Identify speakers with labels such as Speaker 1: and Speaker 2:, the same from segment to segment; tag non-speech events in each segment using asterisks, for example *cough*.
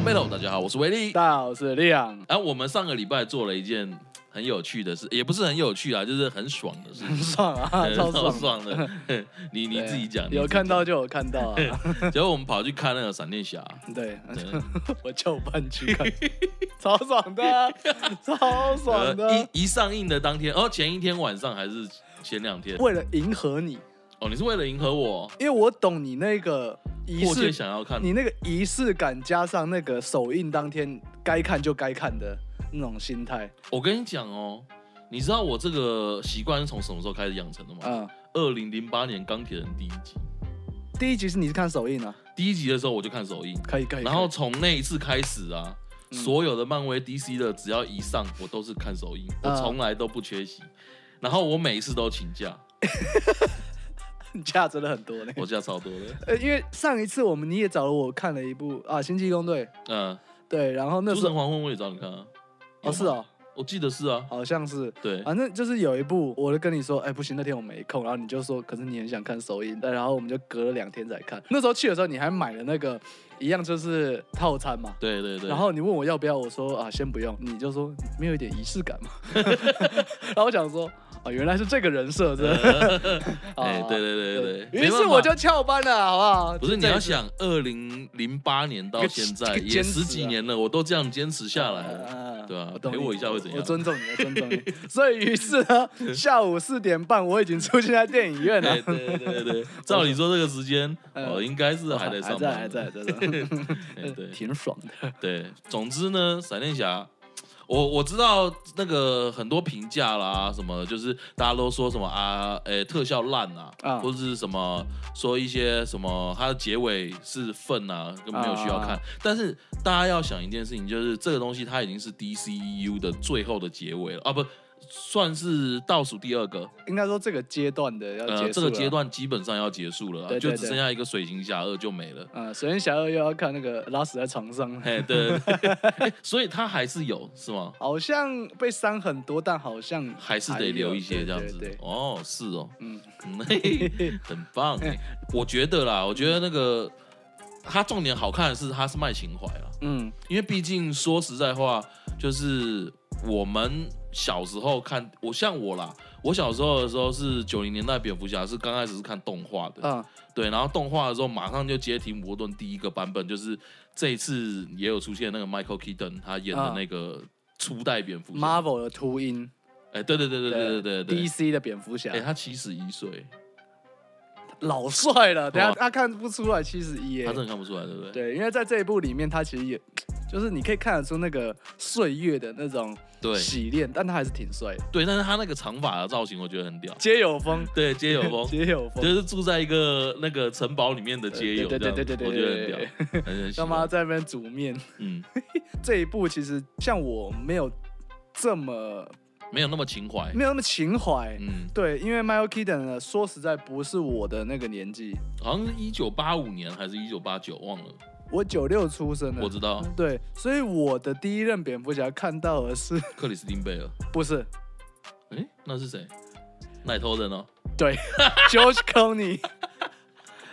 Speaker 1: Metal，大家好，我是维力。
Speaker 2: 大家好，我是利
Speaker 1: *laughs*
Speaker 2: 昂，
Speaker 1: 然后我们上个礼拜做了一件很有趣的事，也不是很有趣啊，就是很爽的事
Speaker 2: 很
Speaker 1: 情，
Speaker 2: 爽 *laughs* 啊，
Speaker 1: 对
Speaker 2: 超
Speaker 1: 超
Speaker 2: 爽，
Speaker 1: 爽的。
Speaker 2: *laughs*
Speaker 1: 你你
Speaker 2: 对啊
Speaker 1: 自己讲，你
Speaker 2: 有
Speaker 1: 自己
Speaker 2: 看到就有看到啊，
Speaker 1: 讲。结果我们跑去看那个闪电侠，
Speaker 2: *laughs* 对，
Speaker 1: 对
Speaker 2: *laughs* 我叫我伴去
Speaker 1: *laughs*
Speaker 2: 看，超爽的啊，超爽的啊
Speaker 1: 呃，一一上映的当天，哦，前一天晚上还是前两天？
Speaker 2: 为了迎合你，
Speaker 1: 哦，你是为了迎合我，
Speaker 2: 因为我懂你那个仪
Speaker 1: 迫切
Speaker 2: 式，
Speaker 1: 想要看。
Speaker 2: 你那个仪式感加上那个首映当天该看就该看的那种心态，
Speaker 1: 我跟你讲哦，你知道我这个习惯是从什么时候开始养成的吗？
Speaker 2: 嗯，
Speaker 1: 二零零八年钢铁人第一集，
Speaker 2: 第一集是你是看首映啊，
Speaker 1: 第一集的时候我就看首映，
Speaker 2: 可以可以，
Speaker 1: 然后
Speaker 2: 可
Speaker 1: 从那一次开始啊，
Speaker 2: 哎嗯
Speaker 1: 所有的漫威、DC 的只要一上，我都是看首映，我
Speaker 2: 嗯
Speaker 1: 从来都不缺席。然后我每一次都请
Speaker 2: *laughs*
Speaker 1: 假，
Speaker 2: 以 *laughs* 你价值了很多呢，
Speaker 1: 我假超多的。
Speaker 2: 呃，因为上一次我们你也找了我看了一部啊《星际攻队》，
Speaker 1: 嗯，
Speaker 2: 对，然后那
Speaker 1: 《
Speaker 2: 时
Speaker 1: 诸
Speaker 2: 候
Speaker 1: 神黄昏》我也找你看啊。有
Speaker 2: 哦，
Speaker 1: 吗
Speaker 2: 是，哦，啊
Speaker 1: 我记得是啊。
Speaker 2: 好像是，
Speaker 1: 对，
Speaker 2: 反正就是有一部，我就跟你说，哎、不行，那天我没空，然后你就说，可是你很想看首映，但然后我们就隔了两天才看。那时候去的时候，你还买了那个一样就是套餐嘛。
Speaker 1: 对对对。
Speaker 2: 然后你问我要不要，我说啊，先不用。你就说没有一点仪
Speaker 1: *laughs*
Speaker 2: 式感嘛。然后我想说啊，原来是这个人设，真的。
Speaker 1: *laughs*
Speaker 2: 啊
Speaker 1: 哎，对对对对。
Speaker 2: 于
Speaker 1: 没办
Speaker 2: 是
Speaker 1: 法
Speaker 2: 我就翘班了，好不好？
Speaker 1: 不是
Speaker 2: 就
Speaker 1: 你
Speaker 2: 这样
Speaker 1: 要
Speaker 2: 子
Speaker 1: 想，二零零八年到现在
Speaker 2: 这个
Speaker 1: 也
Speaker 2: 坚持啊
Speaker 1: 十几年了，我都这样坚持下来了。
Speaker 2: 啊
Speaker 1: 对啊
Speaker 2: 我懂
Speaker 1: 陪
Speaker 2: 你
Speaker 1: 我一下会怎样
Speaker 2: 我尊重你，我尊重你。所以于是呢，下午四点半我已经出现在电影院了
Speaker 1: 对。对对对
Speaker 2: *laughs*
Speaker 1: 对，照理说这个时间，
Speaker 2: 嗯
Speaker 1: 哦，应该是还在上班，
Speaker 2: 还在还在 *laughs* 还在，
Speaker 1: 哎对 *laughs*
Speaker 2: 挺爽的。
Speaker 1: 对，总之呢，闪电侠，我我知道那个很多评价啦，什么的就是大家都说什么啊，诶、特效烂啊，
Speaker 2: 啊
Speaker 1: 或者是什么说一些什么，它的结尾是粪啊，根本没有需要看。
Speaker 2: 啊
Speaker 1: 但是大家要想一件事情，就是这个东西它已经是 DCU 的最后的结尾了啊，不。算是倒数第二个，
Speaker 2: 应该说这个阶段的要结
Speaker 1: 呃，
Speaker 2: 束
Speaker 1: 这个
Speaker 2: 了
Speaker 1: 阶，段基本上要结束了啊，
Speaker 2: 对
Speaker 1: 就
Speaker 2: 对
Speaker 1: 只
Speaker 2: 对
Speaker 1: 剩下一个水行侠二就没了。
Speaker 2: 嗯，首先小二又要看那个拉屎在床上，
Speaker 1: 哎，对，
Speaker 2: *laughs*
Speaker 1: 对对哎所以它还是有是吗？
Speaker 2: 好像被伤很多，但好像
Speaker 1: 还是得留一些这样子
Speaker 2: 对，对对
Speaker 1: 哦，是哦，
Speaker 2: 嗯，
Speaker 1: 嗯嘿 *laughs* 嘿很棒哎，我觉得啦，我觉得那个它重点好看的是它是卖情怀啦，
Speaker 2: 嗯，
Speaker 1: 因为毕竟说实在话，就是我们小时候看，我像我啦，我小时候的时候是九零年代蝙蝠侠是刚开始是看动画的，
Speaker 2: 啊，
Speaker 1: 对，然后动画的时候马上就接提摩顿第一个版本，就是这一次也有出现那个 Michael Keaton 他演的
Speaker 2: 啊
Speaker 1: 那个初代蝙蝠侠，
Speaker 2: Marvel 的秃鹰，
Speaker 1: 哎，对对对对对对对对。
Speaker 2: ，DC 的蝙蝠侠
Speaker 1: 哎、他七十一岁，
Speaker 2: 老帅了，等下
Speaker 1: 哇
Speaker 2: 他看不出来七十一耶
Speaker 1: 他，真的看不出来，对不对？
Speaker 2: 对，因为在这一部里面，他其实也就是你可以看得出那个岁月的那种
Speaker 1: 对
Speaker 2: 洗练，但他还是挺帅的，
Speaker 1: 对但是他那个长发的造型，我觉得很屌。
Speaker 2: 街友风，
Speaker 1: 对，街友风，
Speaker 2: *laughs* 街友
Speaker 1: *laughs*
Speaker 2: 风
Speaker 1: 就。是住在一个那个城堡里面的街友，
Speaker 2: 对对对
Speaker 1: 这
Speaker 2: 对对
Speaker 1: 样我
Speaker 2: 对
Speaker 1: 觉得
Speaker 2: 对
Speaker 1: 很屌，很很喜
Speaker 2: 干嘛
Speaker 1: 欢。
Speaker 2: 在那边煮面？ *laughs*
Speaker 1: 嗯，
Speaker 2: 这一部其实像我没有这么
Speaker 1: 没有那么情怀。
Speaker 2: 没有那么情怀，
Speaker 1: 嗯，
Speaker 2: 对，因为 Michael Keaton 呢，说实在不是我的那个年纪，
Speaker 1: 好像是一九八五年还是一九八九，忘了，
Speaker 2: 我九六出生的
Speaker 1: 我，知道
Speaker 2: 对，所以我的第一任蝙蝠侠看到的是 *laughs*
Speaker 1: 克里斯汀贝尔。
Speaker 2: 不是
Speaker 1: 哎，那是谁？奶头人哦。
Speaker 2: 对 *laughs* George Clooney，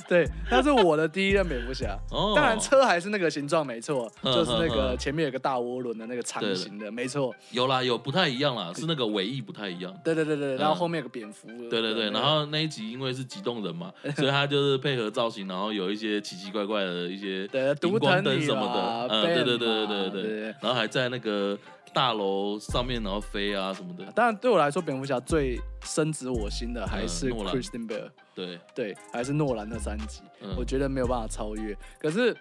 Speaker 2: 对，他是我的第一任蝙蝠侠。
Speaker 1: 哦，
Speaker 2: 当然，车还是那个形状没错，
Speaker 1: 嗯
Speaker 2: 就是那
Speaker 1: 嗯
Speaker 2: 个
Speaker 1: 嗯
Speaker 2: 前面有个大涡轮的那个
Speaker 1: 对
Speaker 2: 长
Speaker 1: 的
Speaker 2: 形的，没错。
Speaker 1: 有啦，有不太一样啦，是那个尾翼不太一样。
Speaker 2: 对对对对，
Speaker 1: 嗯
Speaker 2: 然后后面有个蝙蝠。
Speaker 1: 对对对，
Speaker 2: 那个
Speaker 1: 然后那一集因为是极冻人
Speaker 2: *laughs*
Speaker 1: 嘛，所以他就是配合造型，然后有一些奇奇怪怪的一些
Speaker 2: 对
Speaker 1: 荧
Speaker 2: 独
Speaker 1: 光
Speaker 2: 藤
Speaker 1: 灯
Speaker 2: 女
Speaker 1: 什么的，
Speaker 2: 啦
Speaker 1: 嗯，对
Speaker 2: Band
Speaker 1: 对对对
Speaker 2: 嘛
Speaker 1: 对
Speaker 2: 对
Speaker 1: 对，然后还在那个大楼上面然后飞啊什么的，
Speaker 2: 当然对我来说，蝙蝠侠最深植我心的还是
Speaker 1: 嗯诺兰
Speaker 2: Kristen Bell，
Speaker 1: 对，
Speaker 2: 对，还是诺兰那三集，
Speaker 1: 嗯
Speaker 2: 我觉得没有办法超越。可是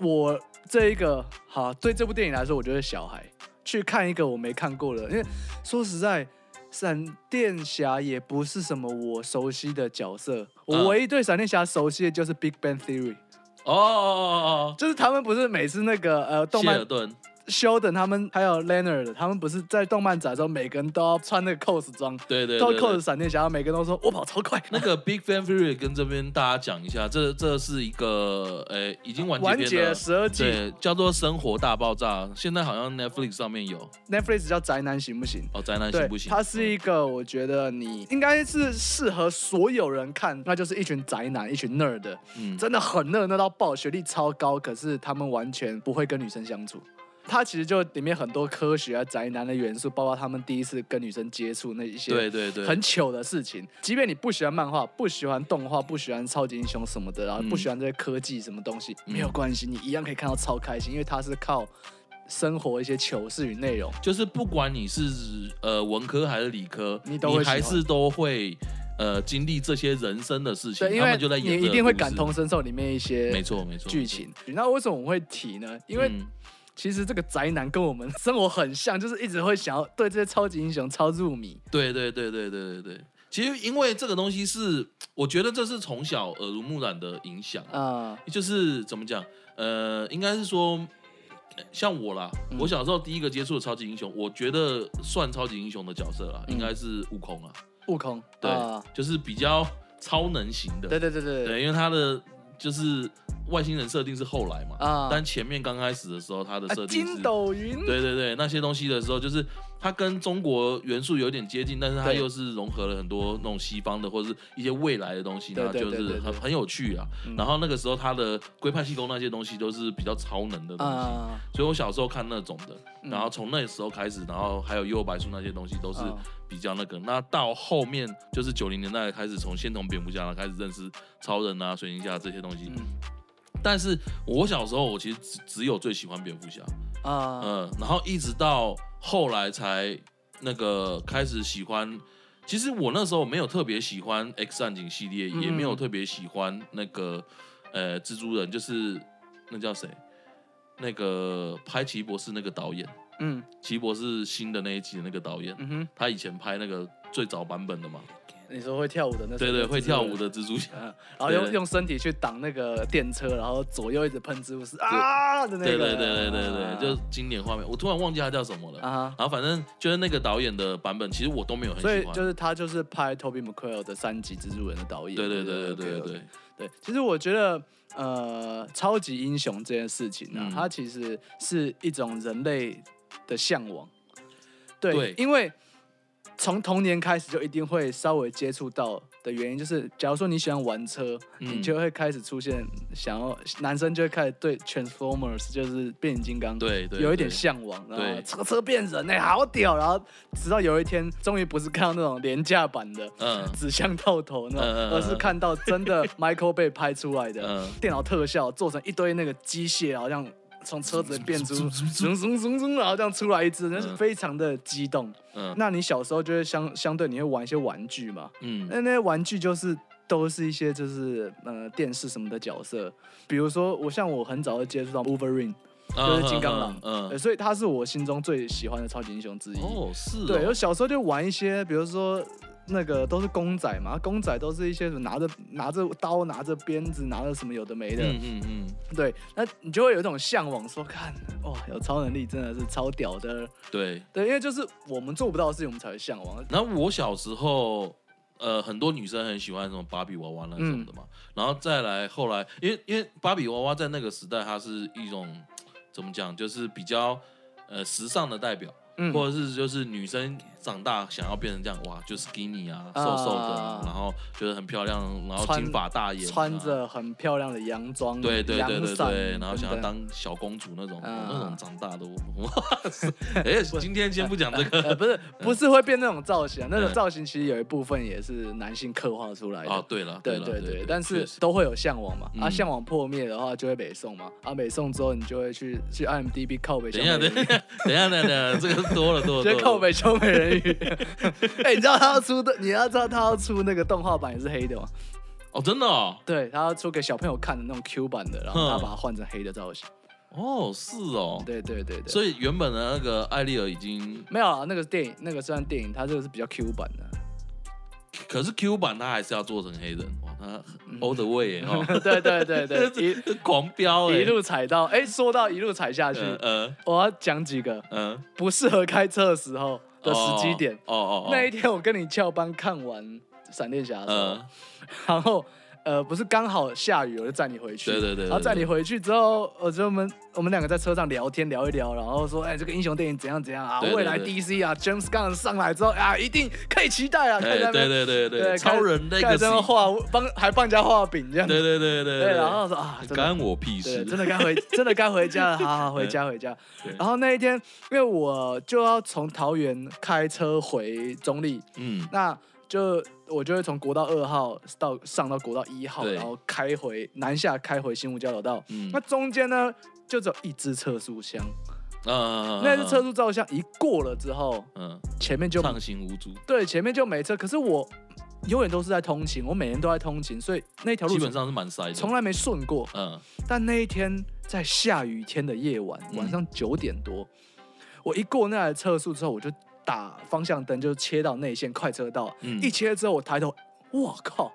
Speaker 2: 我这一个好对这部电影来说，我觉得小孩去看一个我没看过的，因为说实在。闪电侠也不是什么我熟悉的角色，
Speaker 1: 嗯
Speaker 2: 我唯一对闪电侠熟悉的就是 Big Bang Theory，
Speaker 1: 哦哦哦哦
Speaker 2: 就是他们不是每次那个呃
Speaker 1: 哦，
Speaker 2: 动
Speaker 1: 谢
Speaker 2: 漫
Speaker 1: 尔顿，
Speaker 2: Sheldon 他们还有 Leonard 他们不是在动漫展的时候，每个人都要穿那个 cos 装，
Speaker 1: 对对
Speaker 2: 都
Speaker 1: 对
Speaker 2: 要 cos
Speaker 1: 对。
Speaker 2: 闪电侠，然后每个人都说我跑超快，
Speaker 1: 那个 Big Fan Theory 跟这边大家讲一下，这这是一个呃、已经完
Speaker 2: 完
Speaker 1: 结篇
Speaker 2: 结
Speaker 1: 了，
Speaker 2: 十二季
Speaker 1: 对，叫做《生活大爆炸》，现在好像 Netflix 上面有
Speaker 2: ，Netflix 叫宅男行不行？
Speaker 1: 哦，宅男
Speaker 2: 对
Speaker 1: 行不，行？嗯
Speaker 2: 它是一个我觉得你应该是适合所有人看，那就是一群宅男，一群 nerd 的，
Speaker 1: 嗯，
Speaker 2: 真的很热，热到爆，学历超高，可是他们完全不会跟女生相处。它其实就里面很多科学啊、宅男的元素，包括他们第一次跟女生接触那一些
Speaker 1: 对对对，
Speaker 2: 很糗的事情。即便你不喜欢漫画、不喜欢动画、不喜欢超级英雄什么的，然后
Speaker 1: 嗯
Speaker 2: 不喜欢这些科技什么东西，
Speaker 1: 嗯
Speaker 2: 没有关系，你一样可以看到超开心，因为它是靠生活一些糗事与内容。
Speaker 1: 就是不管你是呃文科还是理科，
Speaker 2: 你都会喜欢
Speaker 1: 还是都会呃经历这些人生的事情，
Speaker 2: 对，因
Speaker 1: 他
Speaker 2: 为
Speaker 1: 们就在演
Speaker 2: 你一
Speaker 1: 这
Speaker 2: 定
Speaker 1: 个
Speaker 2: 会
Speaker 1: 故
Speaker 2: 感
Speaker 1: 事
Speaker 2: 同，身受里面一
Speaker 1: 没
Speaker 2: 些
Speaker 1: 错没错，
Speaker 2: 剧情。那为什么我会提呢？因为
Speaker 1: 嗯
Speaker 2: 其实这个宅男跟我们 *laughs* 生活很像，就是一直会想要对这些超级英雄超入迷。
Speaker 1: 对对对对对对对，其实因为这个东西是，我觉得这是从小耳濡目染的影响，
Speaker 2: 啊、
Speaker 1: 就是怎么讲，呃，应该是说。像我啦，
Speaker 2: 嗯
Speaker 1: 我小时候第一个接触的超级英雄，我觉得算超级英雄的角色啦，
Speaker 2: 嗯
Speaker 1: 应该是悟空啊，
Speaker 2: 悟空，
Speaker 1: 对，
Speaker 2: 啊
Speaker 1: 就是比较超能型的，
Speaker 2: 对对对对
Speaker 1: 对，因为他的就是外星人设定是后来嘛，
Speaker 2: 啊
Speaker 1: 但前面刚开始的时候，他的
Speaker 2: 啊
Speaker 1: 设，定是，
Speaker 2: 筋斗云，
Speaker 1: 对对对，那些东西的时候，就是它跟中国元素有点接近，但是它
Speaker 2: 对
Speaker 1: 又是融合了很多那种西方的或者是一些未来的东西，
Speaker 2: 对
Speaker 1: 那
Speaker 2: 对
Speaker 1: 就
Speaker 2: 对对
Speaker 1: 是
Speaker 2: 对
Speaker 1: 很很有趣啊。
Speaker 2: 嗯
Speaker 1: 然后那个时候他的龟派气功那些东西都是比较超能的东西，
Speaker 2: 啊，
Speaker 1: 所以我小时候看那种的，
Speaker 2: 嗯
Speaker 1: 然后从那时候开始，然后还有幽游白书那些东西都是
Speaker 2: 啊
Speaker 1: 比较那个。那到后面就是九零年代开始，从先从蝙蝠侠开始认识超人啊、水行侠这些东西。
Speaker 2: 嗯
Speaker 1: 但是我小时候我其实只只有最喜欢蝙蝠侠，
Speaker 2: 啊，
Speaker 1: 嗯，然后一直到后来才那个开始喜欢。其实我那时候没有特别喜欢 X 战警系列，
Speaker 2: 嗯
Speaker 1: 也没有特别喜欢那个呃蜘蛛人，就是那叫谁？那个拍奇异博士那个导演，
Speaker 2: 嗯
Speaker 1: 奇异博士新的那一季的那个导演，
Speaker 2: 嗯哼，
Speaker 1: 他以前拍那个最早版本的嘛，
Speaker 2: 你说会跳舞的那
Speaker 1: 对对，会跳舞
Speaker 2: 的。
Speaker 1: 的蜘蛛侠，
Speaker 2: 嗯，然后用
Speaker 1: 对
Speaker 2: 用身体去挡那个电车，然后左右一直喷蜘蛛丝啊的那
Speaker 1: 对
Speaker 2: 个，
Speaker 1: 对对对对对，
Speaker 2: 啊
Speaker 1: 就是经典画面。我突然忘记他叫什么了，
Speaker 2: 啊哈，
Speaker 1: 然后反正就是那个导演的版本，其实我都没有很
Speaker 2: 所以
Speaker 1: 喜欢。
Speaker 2: 就是他就是拍 Toby McQuail 的三级蜘蛛人的导演，
Speaker 1: 对对对对
Speaker 2: 对
Speaker 1: 对对
Speaker 2: 对，其实我觉得，呃，超级英雄这件事情呢、啊
Speaker 1: 嗯
Speaker 2: 它其实是一种人类的向往。对，
Speaker 1: 对
Speaker 2: 因为从童年开始就一定会稍微接触到的原因，就是假如说你喜欢玩车，
Speaker 1: 嗯
Speaker 2: 你就会开始出现想要男生就会开始对 Transformers 就是变形金刚。
Speaker 1: 对对，
Speaker 2: 有一点
Speaker 1: 对
Speaker 2: 向往，然后
Speaker 1: 对
Speaker 2: 车车变人哎、好屌！然后直到有一天，终于不是看到那种廉价版的，
Speaker 1: 嗯
Speaker 2: 指向到头那种，
Speaker 1: 嗯嗯嗯
Speaker 2: 而是看到真
Speaker 1: *laughs*
Speaker 2: 的 Michael 被拍出来的、
Speaker 1: 嗯
Speaker 2: 电脑特效，做成一堆那个机械，然后这样从车子变出，嗡嗡嗡嗡，然后这样出来一只，那是
Speaker 1: 嗯
Speaker 2: 非常的激动。
Speaker 1: 嗯
Speaker 2: 那你小时候就会相相对你会玩一些玩具嘛？
Speaker 1: 嗯
Speaker 2: 那那些玩具就是都是一些就是呃电视什么的角色，比如说我像我很早就接触到 Wolverine，、
Speaker 1: 嗯
Speaker 2: 就是金刚狼
Speaker 1: 嗯
Speaker 2: 呃
Speaker 1: 嗯
Speaker 2: 所以他是我心中最喜欢的超级英雄之一。
Speaker 1: 哦是哦，
Speaker 2: 对，我小时候就玩一些，比如说那个都是公仔嘛，公仔都是一些什么拿着拿着刀、拿着鞭子、拿着什么有的没的。
Speaker 1: 嗯嗯嗯，
Speaker 2: 对，那你就会有一种向往说看哇，有超能力真的是超屌的。
Speaker 1: 对。
Speaker 2: 对，因为就是我们做不到的事情，我们才会向往。
Speaker 1: 然后我小时候，呃，很多女生很喜欢什么芭比娃娃那种的嘛。
Speaker 2: 嗯
Speaker 1: 然后再来后来，因为因为芭比娃娃在那个时代，它是一种怎么讲，就是比较呃时尚的代表，
Speaker 2: 嗯，
Speaker 1: 或者是就是女生长大想要变成这样，哇，就 skinny 啊，瘦瘦的啊、
Speaker 2: 啊
Speaker 1: 然后觉得很漂亮，然后
Speaker 2: 穿
Speaker 1: 金发大眼、啊，
Speaker 2: 穿。着很漂亮的洋装，
Speaker 1: 对对对对
Speaker 2: 洋嗯伞
Speaker 1: 对，然后想要
Speaker 2: 等等
Speaker 1: 当小公主那种，
Speaker 2: 啊
Speaker 1: 那种长大的我，我哎，今天先不讲这个
Speaker 2: 呃，不是，不是会变那种造型啊，那种
Speaker 1: 嗯
Speaker 2: 造型其实有一部分也是男性刻画出来的。
Speaker 1: 哦，对了，
Speaker 2: 对
Speaker 1: 了
Speaker 2: 对
Speaker 1: 对
Speaker 2: 对，但
Speaker 1: 确
Speaker 2: 是
Speaker 1: 实
Speaker 2: 都会有向往嘛。啊，
Speaker 1: 嗯
Speaker 2: 向往破灭的话就会北宋嘛。啊，北宋之后你就会去去 IMDB 靠北
Speaker 1: 等
Speaker 2: 小
Speaker 1: 一下，
Speaker 2: 美
Speaker 1: 等一
Speaker 2: 人鱼，
Speaker 1: 下，等一下，等一下，这个多了多了，多
Speaker 2: 就
Speaker 1: 了
Speaker 2: 是靠北小美人
Speaker 1: *laughs*
Speaker 2: 鱼。哎，你知道他要出的，你要知道他要出那个动画版也是黑的嘛？
Speaker 1: 哦，真的哦，
Speaker 2: 对，他要出给小朋友看的那种 Q 版的，然后他
Speaker 1: 哼
Speaker 2: 把它换成黑的造型。
Speaker 1: 哦是哦，
Speaker 2: 对对对对，
Speaker 1: 所以原本的那个艾丽尔已经，
Speaker 2: 没有啊，那个是电影，那个算电影，它这个是比较 Q 版的。
Speaker 1: 可是 Q 版它还是要做成黑人，哇，啊，all
Speaker 2: 嗯
Speaker 1: the way 耶哦，
Speaker 2: *laughs*
Speaker 1: *laughs*
Speaker 2: 对对对对，一
Speaker 1: 狂飙哎，
Speaker 2: 一路踩到，哎，说到一路踩下去，
Speaker 1: 呃呃
Speaker 2: 我要讲几个
Speaker 1: 嗯
Speaker 2: 不适合开车的时候的时机点。
Speaker 1: 哦哦哦，
Speaker 2: 那一天我跟你翘班看完《闪电侠》的时候，
Speaker 1: 嗯
Speaker 2: 然后呃，不是刚好下雨，我就载你回去。
Speaker 1: 对对对对
Speaker 2: 然后载你回去之后，我就我们我们两个在车上聊天聊一聊，然后说，哎，这个英雄电影怎样怎样啊，
Speaker 1: 对对
Speaker 2: 未来
Speaker 1: 对
Speaker 2: DC 啊，James Gunn 上来之后啊，一定可以期待啊，看
Speaker 1: 哎
Speaker 2: 他
Speaker 1: 对
Speaker 2: 们
Speaker 1: 对对
Speaker 2: 对
Speaker 1: 对，超人那
Speaker 2: 看
Speaker 1: 个
Speaker 2: 看他们画帮还帮人家画饼这样。
Speaker 1: 对对对对
Speaker 2: 对然后说啊，真的
Speaker 1: 干我屁
Speaker 2: 对，
Speaker 1: 事，
Speaker 2: 真的该回， *laughs* 真的该回家了，好
Speaker 1: *laughs*
Speaker 2: 好回家回家。然后那一天，因为我就要从桃园开车回中立，
Speaker 1: 嗯
Speaker 2: 那就我就会从国道二号到上到国道一号，
Speaker 1: 对
Speaker 2: 然后开回南下，开回新屋交流道。
Speaker 1: 嗯
Speaker 2: 那中间呢，就只有一只测速箱，
Speaker 1: 啊
Speaker 2: 那只测速照相一过了之后，
Speaker 1: 嗯
Speaker 2: 前面就
Speaker 1: 畅行无阻，
Speaker 2: 对前面就没车，可是我永远都是在通勤，我每天都在通勤，所以那条路
Speaker 1: 基本上是蛮塞的，
Speaker 2: 从来没顺过。
Speaker 1: 嗯
Speaker 2: 但那一天在下雨天的夜晚，
Speaker 1: 嗯
Speaker 2: 晚上九点多，我一过那台测速之后，我就打方向灯，就切到内线快车道。
Speaker 1: 嗯，
Speaker 2: 一切之后，我抬头，我靠！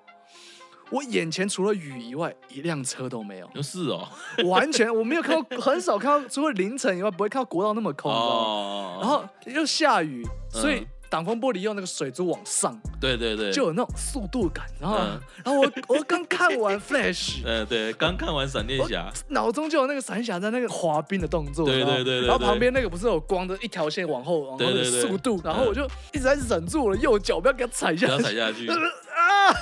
Speaker 2: 我眼前除了雨以外，一辆车都没有
Speaker 1: *laughs* 就是哦
Speaker 2: 完全我没有看到，很少看到，除了凌晨以外，不会看到国道那么空。你知道吗
Speaker 1: 哦，
Speaker 2: 然后又下雨，所以
Speaker 1: 嗯
Speaker 2: 挡风玻璃用那个水珠往上，
Speaker 1: 对对对，
Speaker 2: 就有那种速度感。然后，
Speaker 1: 嗯
Speaker 2: 然后我我刚看完
Speaker 1: *laughs*
Speaker 2: Flash，
Speaker 1: 呃对，刚看完闪电侠，
Speaker 2: *laughs* 脑中就有那个闪闪在那个滑冰的动作，
Speaker 1: 对
Speaker 2: 然后
Speaker 1: 对对对
Speaker 2: 然后
Speaker 1: 对
Speaker 2: 旁边那个不是有光的一条线往后往后
Speaker 1: 对
Speaker 2: 那个
Speaker 1: 对对
Speaker 2: 速度，然
Speaker 1: 嗯
Speaker 2: 后我就一直在忍住我的右脚，不要给它踩
Speaker 1: 不
Speaker 2: 下
Speaker 1: 要
Speaker 2: 去，
Speaker 1: 踩
Speaker 2: *laughs*
Speaker 1: 下去
Speaker 2: 呃。啊，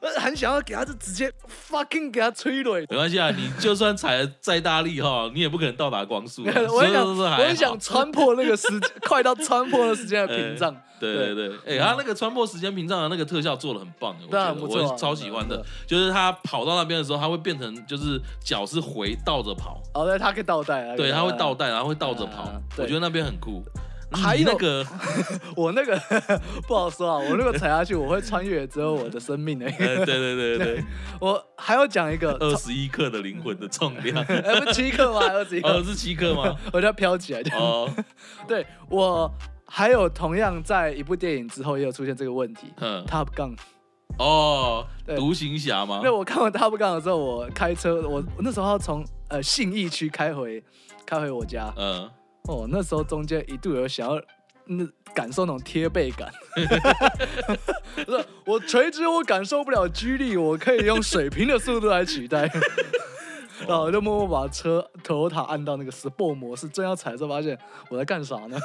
Speaker 2: 呃很想要给它就直接 fucking 给它摧毁。
Speaker 1: 没关系啊，你就算踩得再大力哈，你也不可能到达光速啊、
Speaker 2: *laughs* 我很
Speaker 1: 所以
Speaker 2: 想，我
Speaker 1: 说还好
Speaker 2: 很想穿破那个时间， *laughs* 快到穿破那时间的屏
Speaker 1: 嗯
Speaker 2: 障。
Speaker 1: 对对对，哎、他那个穿破时间屏障的那个特效做的很棒，欸我
Speaker 2: 对啊
Speaker 1: 觉得
Speaker 2: 不错啊
Speaker 1: 我超喜欢
Speaker 2: 对
Speaker 1: 的
Speaker 2: 啊。
Speaker 1: 就是他跑到那边的时候，他会变成就是脚是回倒着跑，
Speaker 2: 哦，对，它可以倒带啊。
Speaker 1: 对，他会倒
Speaker 2: 带。
Speaker 1: 带，然后会倒着跑
Speaker 2: 啊，对
Speaker 1: 我觉得那边很酷。
Speaker 2: 还
Speaker 1: 你
Speaker 2: 有
Speaker 1: 那个
Speaker 2: 我那个 *laughs* 不好说啊，我如果踩下去，我会穿越只有我的
Speaker 1: *laughs*
Speaker 2: 生命而已。
Speaker 1: 呃，对对对对，
Speaker 2: *laughs* 我还要讲一个，
Speaker 1: 二十一克的灵魂的重
Speaker 2: *laughs*
Speaker 1: 量，
Speaker 2: 哎，不七克吗？还是二十一克
Speaker 1: 二？十七克吗？
Speaker 2: 我就要飘起来。这样
Speaker 1: 哦，
Speaker 2: 对我还有同样在一部电影之后也有出现这个问题，
Speaker 1: 嗯
Speaker 2: *laughs* 《Top Gun》。
Speaker 1: 哦，
Speaker 2: 对
Speaker 1: 独行侠吗
Speaker 2: 因为？我看完《Top Gun》的时候，我开车，我我那时候要从呃信义区开回开回我家。
Speaker 1: 嗯， *laughs*
Speaker 2: 哦，那时候中间一度有想要。那感受那种贴背感，不是我垂直我感受不了居力，我可以用水平的速度来取代。然后我就默默把车 Toyota 按到那个 Sport 模式，正要踩的时候发现我在干啥呢？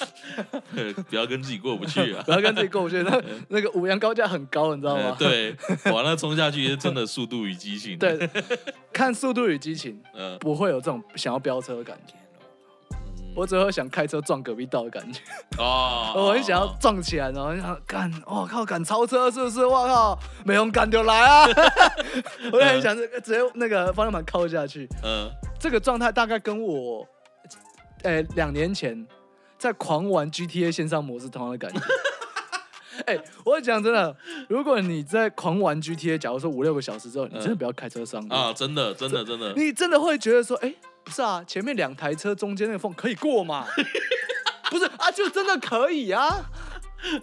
Speaker 2: *laughs*
Speaker 1: 不要跟自己过不去啊
Speaker 2: 不。要跟自己过不去。那那个五羊高架很高，你知道
Speaker 1: 呃 *laughs*
Speaker 2: 吗？
Speaker 1: 对，完了冲下去真的速度与激情。，
Speaker 2: 对，看《速度与激情》
Speaker 1: 嗯，
Speaker 2: 不会有这种想要飙车的感觉，我只会想开车撞隔壁道的感觉。
Speaker 1: 哦，
Speaker 2: *laughs* 我很想要撞起来，然后很想干，我靠，敢超车是不是？我靠，没用干就来啊！ *laughs* 我就很想直接那个方向盘靠下去。
Speaker 1: 嗯，
Speaker 2: 这个状态大概跟我，呃，两年前在狂玩 GTA 线上模式同样的感觉。 *laughs* 哎、我讲真的，如果你在狂玩 GTA，假如说五六个小时之后，你真的不要开车上路，
Speaker 1: 嗯啊，真的，真的， *laughs* 真的，
Speaker 2: 你真的会觉得说，哎、不是啊，前面两台车中间那个缝可以
Speaker 1: *laughs*
Speaker 2: 过嘛？不是啊，就真的可以啊，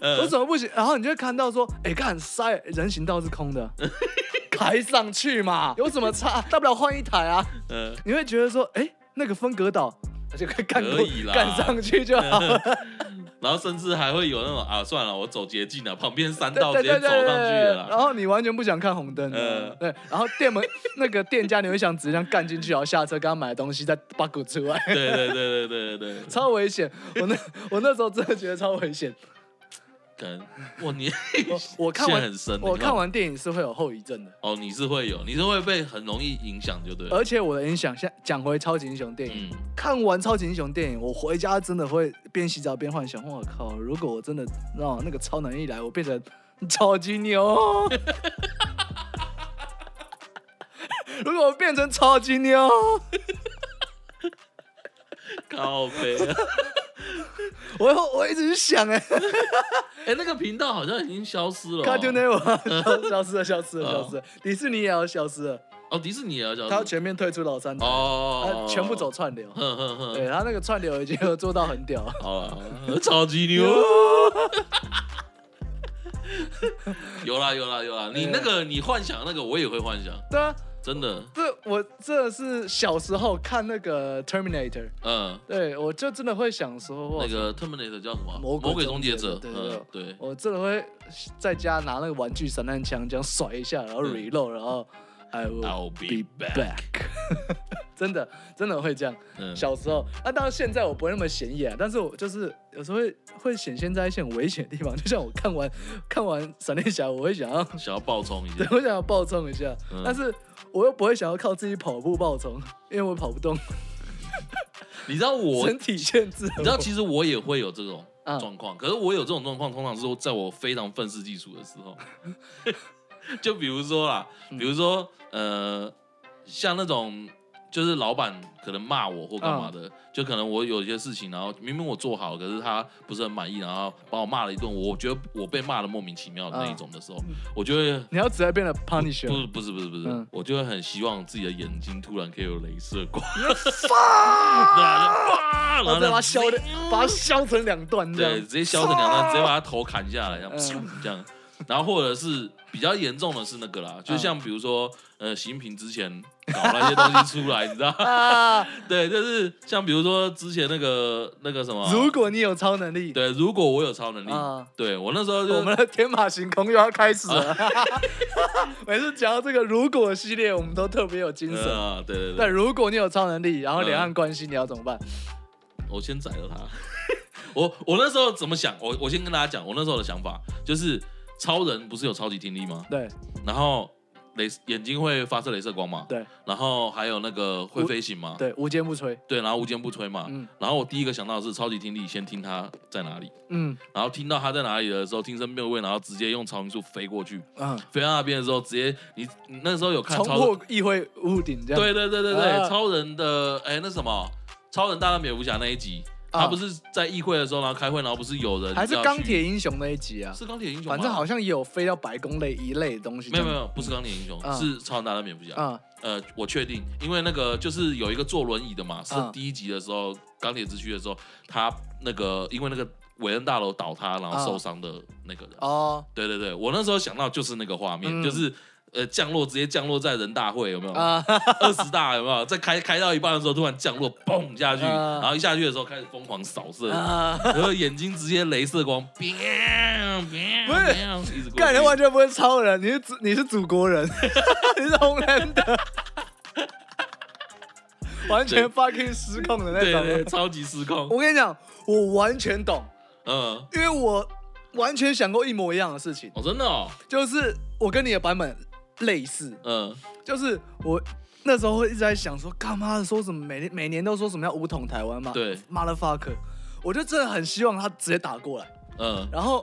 Speaker 2: 为
Speaker 1: 嗯，
Speaker 2: 什么不行？然后你就会看到说，哎、看塞人行道是空的，开上去嘛，有什么差？大不了换一台啊。
Speaker 1: 嗯，
Speaker 2: 你会觉得说，哎、那个分隔岛就可以干过
Speaker 1: 可以啦嗯
Speaker 2: 干上去就好了。
Speaker 1: 然后甚至还会有那种啊，算了，我走捷径了，旁边山道
Speaker 2: 对
Speaker 1: 直接
Speaker 2: 对对
Speaker 1: 走上
Speaker 2: 对
Speaker 1: 去
Speaker 2: 对
Speaker 1: 了
Speaker 2: 然
Speaker 1: 啦。
Speaker 2: 后你完全不想看红灯，啊
Speaker 1: 呃
Speaker 2: 对。然后店门那个店家，你会想直接这样干进去，然后下车，刚刚买的东西再把狗出来，
Speaker 1: 对对对对对对对，
Speaker 2: *laughs* 超危险。我那 *laughs* 我那时候真的觉得超
Speaker 1: *laughs*
Speaker 2: 危险。
Speaker 1: 可能哇你 *laughs*
Speaker 2: 我看
Speaker 1: 陷
Speaker 2: 完
Speaker 1: 很深，
Speaker 2: 我
Speaker 1: 你知道
Speaker 2: 看
Speaker 1: 吗
Speaker 2: 完电影是会有后遗症的，
Speaker 1: 哦，你是会有，你是会被很容易影响，就对了。
Speaker 2: 而且我的影响，现讲回超级英雄电影。
Speaker 1: 嗯，
Speaker 2: 看完超级英雄电影，我回家真的会边洗澡边幻想，我靠！如果我真的让那个超能力来，我变成超级牛。 *laughs* 如果我变成超级牛，
Speaker 1: 靠背啊，
Speaker 2: 我我一直去想哎、
Speaker 1: 哎，那个频道好像已经消失了哦。*laughs*
Speaker 2: Cartoon Network 消失了，消失了，消失了，迪士尼也要消失了，
Speaker 1: 哦，迪士尼也要消
Speaker 2: 它
Speaker 1: 失。
Speaker 2: 全面退出老三台，
Speaker 1: 哦
Speaker 2: 它，全部走。串流。
Speaker 1: 哼哼呃哼，
Speaker 2: 对，它那个串流已经有做到很屌。
Speaker 1: 好了，超级牛！有啦有啦有啦，你
Speaker 2: 对
Speaker 1: 那个你幻想那个我也会幻想，
Speaker 2: *laughs* 对啊，
Speaker 1: 真的，
Speaker 2: 这我这是小时候看那个 Terminator，
Speaker 1: 嗯，
Speaker 2: 对我就真的会想说，哇
Speaker 1: 那个 Terminator 叫什么？啊
Speaker 2: 魔鬼
Speaker 1: 魔鬼
Speaker 2: 终
Speaker 1: 终
Speaker 2: 结
Speaker 1: 结
Speaker 2: 者
Speaker 1: 者，
Speaker 2: 对对
Speaker 1: 嗯，对，
Speaker 2: 我真的会在家拿那个玩具散弹枪这样甩一下，然后
Speaker 1: 嗯
Speaker 2: reload，然后 I will
Speaker 1: I'll be back，
Speaker 2: back，真的真的会这样。
Speaker 1: 嗯，
Speaker 2: 小时候，那、当然现在我不会那么显眼，啊但是我就是有时候会会显现在一些很危险的地方，就像我看完看完闪电侠，我会想要，
Speaker 1: 想要爆冲一下
Speaker 2: 对，我想要爆冲一下，
Speaker 1: 嗯
Speaker 2: 但是我又不会想要靠自己跑步爆冲，因为我跑不动，
Speaker 1: 你知道我
Speaker 2: 身体限制了我。
Speaker 1: 你知道，其实我也会有这种
Speaker 2: 嗯
Speaker 1: 状况，可是我有这种状况，通常是在我非常愤世嫉俗的时
Speaker 2: *laughs*
Speaker 1: 候。就比如说啦，
Speaker 2: 嗯
Speaker 1: 比如说呃，像那种就是老板可能骂我或干嘛
Speaker 2: 嗯
Speaker 1: 的，就可能我有一些事情，然后明明我做好，可是他不是很满意，然后把我骂了一顿，我觉得我被骂的莫名其妙的那一种的时候，我就会。
Speaker 2: 你要直接变得 punisher，
Speaker 1: 不，不是，不是，不是，
Speaker 2: 嗯
Speaker 1: 我就会很希望自己的眼睛突然可以有镭射
Speaker 2: *laughs*
Speaker 1: 光，嗯然后再
Speaker 2: 然后再
Speaker 1: *laughs*
Speaker 2: 把它削的，把它削成两段
Speaker 1: 嗯
Speaker 2: 这
Speaker 1: 对，
Speaker 2: 样啊
Speaker 1: 直。接削成两段，直接把他头砍下来，这样、
Speaker 2: 嗯
Speaker 1: 这样。然后或者是比较严重的是那个啦，
Speaker 2: 嗯
Speaker 1: 就像比如说，呃，习近平之前搞那些东西出来，你知道？
Speaker 2: 啊！
Speaker 1: *laughs* 对，就是像比如说之前那个那个什么，
Speaker 2: 如果你有超能力，
Speaker 1: 哦对，如果我有超能力，
Speaker 2: 啊
Speaker 1: 对我那时候就
Speaker 2: 我们的天马行空又要开始
Speaker 1: *laughs*
Speaker 2: 了。每次讲到这个如果系列，我们都特别有精神。
Speaker 1: 呃，对对
Speaker 2: 但
Speaker 1: 对，
Speaker 2: 如果你有超能力，然后
Speaker 1: 嗯
Speaker 2: 两岸关系，你要怎么办？
Speaker 1: 我先宰了他。 *laughs* 我我那时候怎么想？我我先跟大家讲，我那时候的想法就是，超人不是有超级听力吗？
Speaker 2: 对
Speaker 1: 然后镭眼睛会发射镭射光嘛？
Speaker 2: 对
Speaker 1: 然后还有那个会飞行嘛？
Speaker 2: 对，无坚不摧。
Speaker 1: 对，然后无坚不摧嘛。
Speaker 2: 嗯
Speaker 1: 然后我第一个想到的是超级听力，先听他在哪里，
Speaker 2: 嗯
Speaker 1: 然后听到他在哪里的时候，听声辨位，然后直接用超音速飞过去，
Speaker 2: 嗯，
Speaker 1: 飞到那边的时候，直接你你那时候有看
Speaker 2: 冲
Speaker 1: 超人，
Speaker 2: 破议会屋顶这样。
Speaker 1: 对对对对对，
Speaker 2: 啊
Speaker 1: 超人的哎那什么，超人大战蝙蝠侠那一集，
Speaker 2: 啊
Speaker 1: 他不是在议会的时候，然后开会，然后不是有人
Speaker 2: 还是
Speaker 1: 要去
Speaker 2: 钢铁英雄那一集啊？
Speaker 1: 是钢铁英雄吗，
Speaker 2: 反正好像也有飞到白宫类一类的东西。
Speaker 1: 没有没有不是钢铁英雄，
Speaker 2: 啊
Speaker 1: 是超人大战蝙蝠侠。
Speaker 2: 啊
Speaker 1: 呃，我确定，因为那个就是有一个坐轮椅的嘛，是
Speaker 2: 嗯
Speaker 1: 第一集的时候，钢铁之躯的时候，他那个因为那个韦恩大楼倒塌，然后受伤的那个人。
Speaker 2: 嗯哦
Speaker 1: 对对对，我那时候想到就是那个画面，
Speaker 2: 嗯
Speaker 1: 就是呃降落直接降落在人大会有没有？
Speaker 2: 啊
Speaker 1: *laughs* 二十、大有没有？在开开到一半的时候突然降落，嘣下去，
Speaker 2: 啊
Speaker 1: 然后一下去的时候开始疯狂扫射，
Speaker 2: 啊！
Speaker 1: *laughs* 然后眼睛直接镭射光，b a
Speaker 2: 不是
Speaker 1: 一直过去
Speaker 2: *laughs* 干人完全不是超人，你是祖你是祖国人， *laughs* 你是
Speaker 1: *laughs*
Speaker 2: Homelander，完全 fucking 失控的那
Speaker 1: 对
Speaker 2: 种
Speaker 1: 对，
Speaker 2: 人。
Speaker 1: 超级失控，
Speaker 2: 我跟你讲，我完全懂，
Speaker 1: 嗯，
Speaker 2: 因为我完全想过一模一样的事情，
Speaker 1: 哦，真的哦，
Speaker 2: 就是我跟你的版本类似，
Speaker 1: 嗯。
Speaker 2: 就是我那时候会一直在想说，干嘛说什么每年每年都说什么要武统台湾嘛，
Speaker 1: 对
Speaker 2: ，motherfucker，我就真的很希望他直接打过来。
Speaker 1: 嗯
Speaker 2: 然后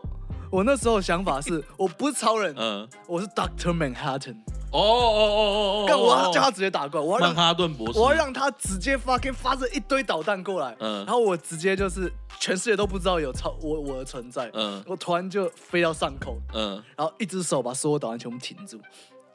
Speaker 2: 我那时候想法是，我不是超人，
Speaker 1: 嗯，
Speaker 2: 我是 Doctor Manhattan。
Speaker 1: 哦哦哦哦哦，
Speaker 2: 干，我
Speaker 1: 哦
Speaker 2: 要
Speaker 1: 哦
Speaker 2: 叫他直接打过来，我要
Speaker 1: 曼
Speaker 2: 让，
Speaker 1: 哈顿博士，
Speaker 2: 我要让他直接 fucking 发射一堆导弹过来，
Speaker 1: 嗯
Speaker 2: 然后我直接就是全世界都不知道有超我我的存在，
Speaker 1: 嗯
Speaker 2: 我突然就飞到上空，
Speaker 1: 嗯
Speaker 2: 然后一只手把所有导弹全部停住，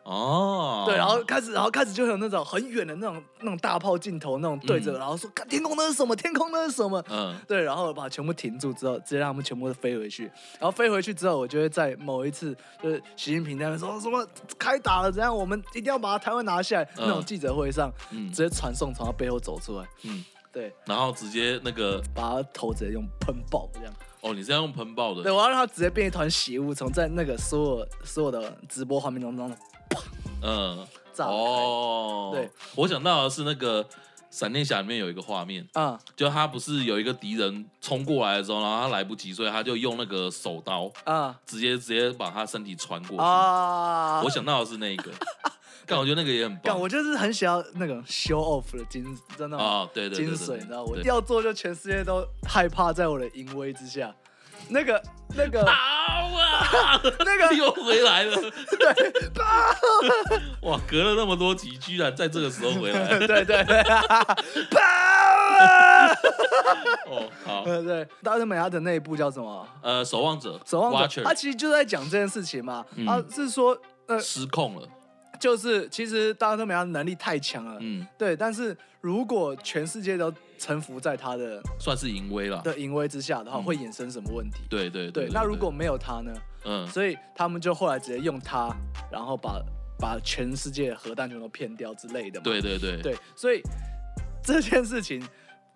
Speaker 1: 哦，
Speaker 2: 对，然后开始，然后开始就有那种很远的那种那种大炮镜头那种对着，
Speaker 1: 嗯
Speaker 2: 然后说看天空那是什么，天空那是什么。 *laughs*
Speaker 1: 嗯
Speaker 2: 对，然后把全部停住之后，直接让他们全部都飞回去。然后飞回去之后，我就会在某一次，就是习近平在那边说什么开打了，怎样，我们一定要把台湾拿下来、
Speaker 1: 嗯
Speaker 2: 啊那种记者会上，
Speaker 1: 嗯
Speaker 2: 直接传送从他背后走出来，
Speaker 1: 嗯，
Speaker 2: 对，
Speaker 1: 然后直接那个
Speaker 2: 把他头直接用喷爆这样。
Speaker 1: 哦，你是要用喷爆
Speaker 2: 对，
Speaker 1: 的，
Speaker 2: 我要让他直接变一团血雾，从在那个所有所有的直播画面中中
Speaker 1: 嗯，
Speaker 2: 炸开。
Speaker 1: 哦，
Speaker 2: 对，
Speaker 1: 我想到的是那个闪电侠里面有一个画面，
Speaker 2: 啊
Speaker 1: 就他不是有一个敌人冲过来的时候，然后他来不及，所以他就用那个手刀
Speaker 2: 啊
Speaker 1: 直接直接把他身体穿过去。
Speaker 2: 啊！
Speaker 1: 我想到的是那一
Speaker 2: *laughs*
Speaker 1: 个，但我觉得那个也很
Speaker 2: 干，
Speaker 1: 棒
Speaker 2: 我就是很想要那种 show off 的精，真的
Speaker 1: 啊，对对对对，
Speaker 2: 精髓，
Speaker 1: 对
Speaker 2: 你知道，我一
Speaker 1: 对
Speaker 2: 定要做，就全世界都害怕在我的淫威之下。
Speaker 1: *laughs*
Speaker 2: 那个、那个、
Speaker 1: 好啊！
Speaker 2: 那
Speaker 1: *laughs*
Speaker 2: 个，
Speaker 1: 又回来了，对， *laughs* 哇，隔了那么多集，居然在这个时候回
Speaker 2: *laughs*
Speaker 1: 来，
Speaker 2: *laughs* 对对对，跑！
Speaker 1: 哦，好，
Speaker 2: 对对，大圣美亚的那一部叫什么？
Speaker 1: 呃，守望者，
Speaker 2: 守望者，他啊
Speaker 1: Watcher
Speaker 2: 其实就在讲这件事情嘛。
Speaker 1: 嗯
Speaker 2: 啊，是说，呃，
Speaker 1: 失控了，
Speaker 2: 就是其实大特美他的能力太强了，
Speaker 1: 嗯，
Speaker 2: 对，但是如果全世界都臣服在他的
Speaker 1: 算是淫威了。
Speaker 2: 的淫威之下的话，
Speaker 1: 嗯
Speaker 2: 会衍生什么问题？
Speaker 1: 对对
Speaker 2: 对，那如果没有他呢？
Speaker 1: 嗯
Speaker 2: 所以他们就后来直接用他，然后把把全世界的核弹全都骗掉之类的嘛。
Speaker 1: 对对对
Speaker 2: 对，所以这件事情，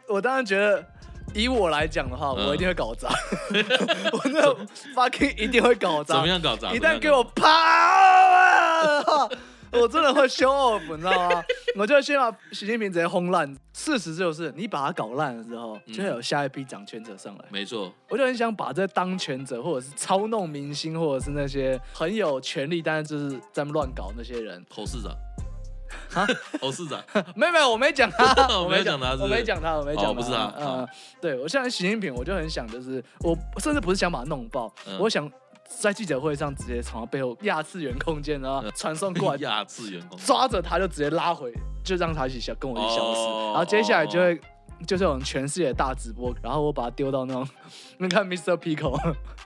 Speaker 2: 我当然觉得，以我来讲的话，
Speaker 1: 嗯
Speaker 2: 我一定
Speaker 1: *laughs*
Speaker 2: 会搞砸，我那 fucking 一定会搞
Speaker 1: 怎
Speaker 2: 砸
Speaker 1: 么。样搞砸？
Speaker 2: 一
Speaker 1: 怎么
Speaker 2: 旦
Speaker 1: 样啊
Speaker 2: 给
Speaker 1: 搞
Speaker 2: 我啪啊，我真的会 show off，你知道吗？我就先把习近平直接轰烂。事实就是，你把他搞烂了之后，
Speaker 1: 嗯
Speaker 2: 就会有下一批掌权者上来。
Speaker 1: 没错，
Speaker 2: 我就很想把这当权者，或者是操弄明星，或者是那些很有权力，但是就是在那乱搞那些人。 *laughs*
Speaker 1: 侯市长。
Speaker 2: 啊
Speaker 1: *laughs* 侯市长，
Speaker 2: 没有没有，我没讲他，
Speaker 1: *laughs* 我没有讲他是不
Speaker 2: 我
Speaker 1: 是
Speaker 2: 没讲他，我没讲他，
Speaker 1: 哦不是他
Speaker 2: 嗯
Speaker 1: 好，
Speaker 2: 对我现在习近平，我就很想，就是我甚至不是想把他弄爆，
Speaker 1: 嗯
Speaker 2: 我想在记者会上直接从他背后亚次元空间，然后
Speaker 1: 嗯
Speaker 2: 传送过来，
Speaker 1: *laughs* 亚次员工，
Speaker 2: 抓着他就直接拉回，就让他一起消跟我一起消失，
Speaker 1: 哦
Speaker 2: 然后接下来就会。就是我们全世界的大直播，然后我把它丢到那种， *laughs* 你看 Mr. Pico，
Speaker 1: 哦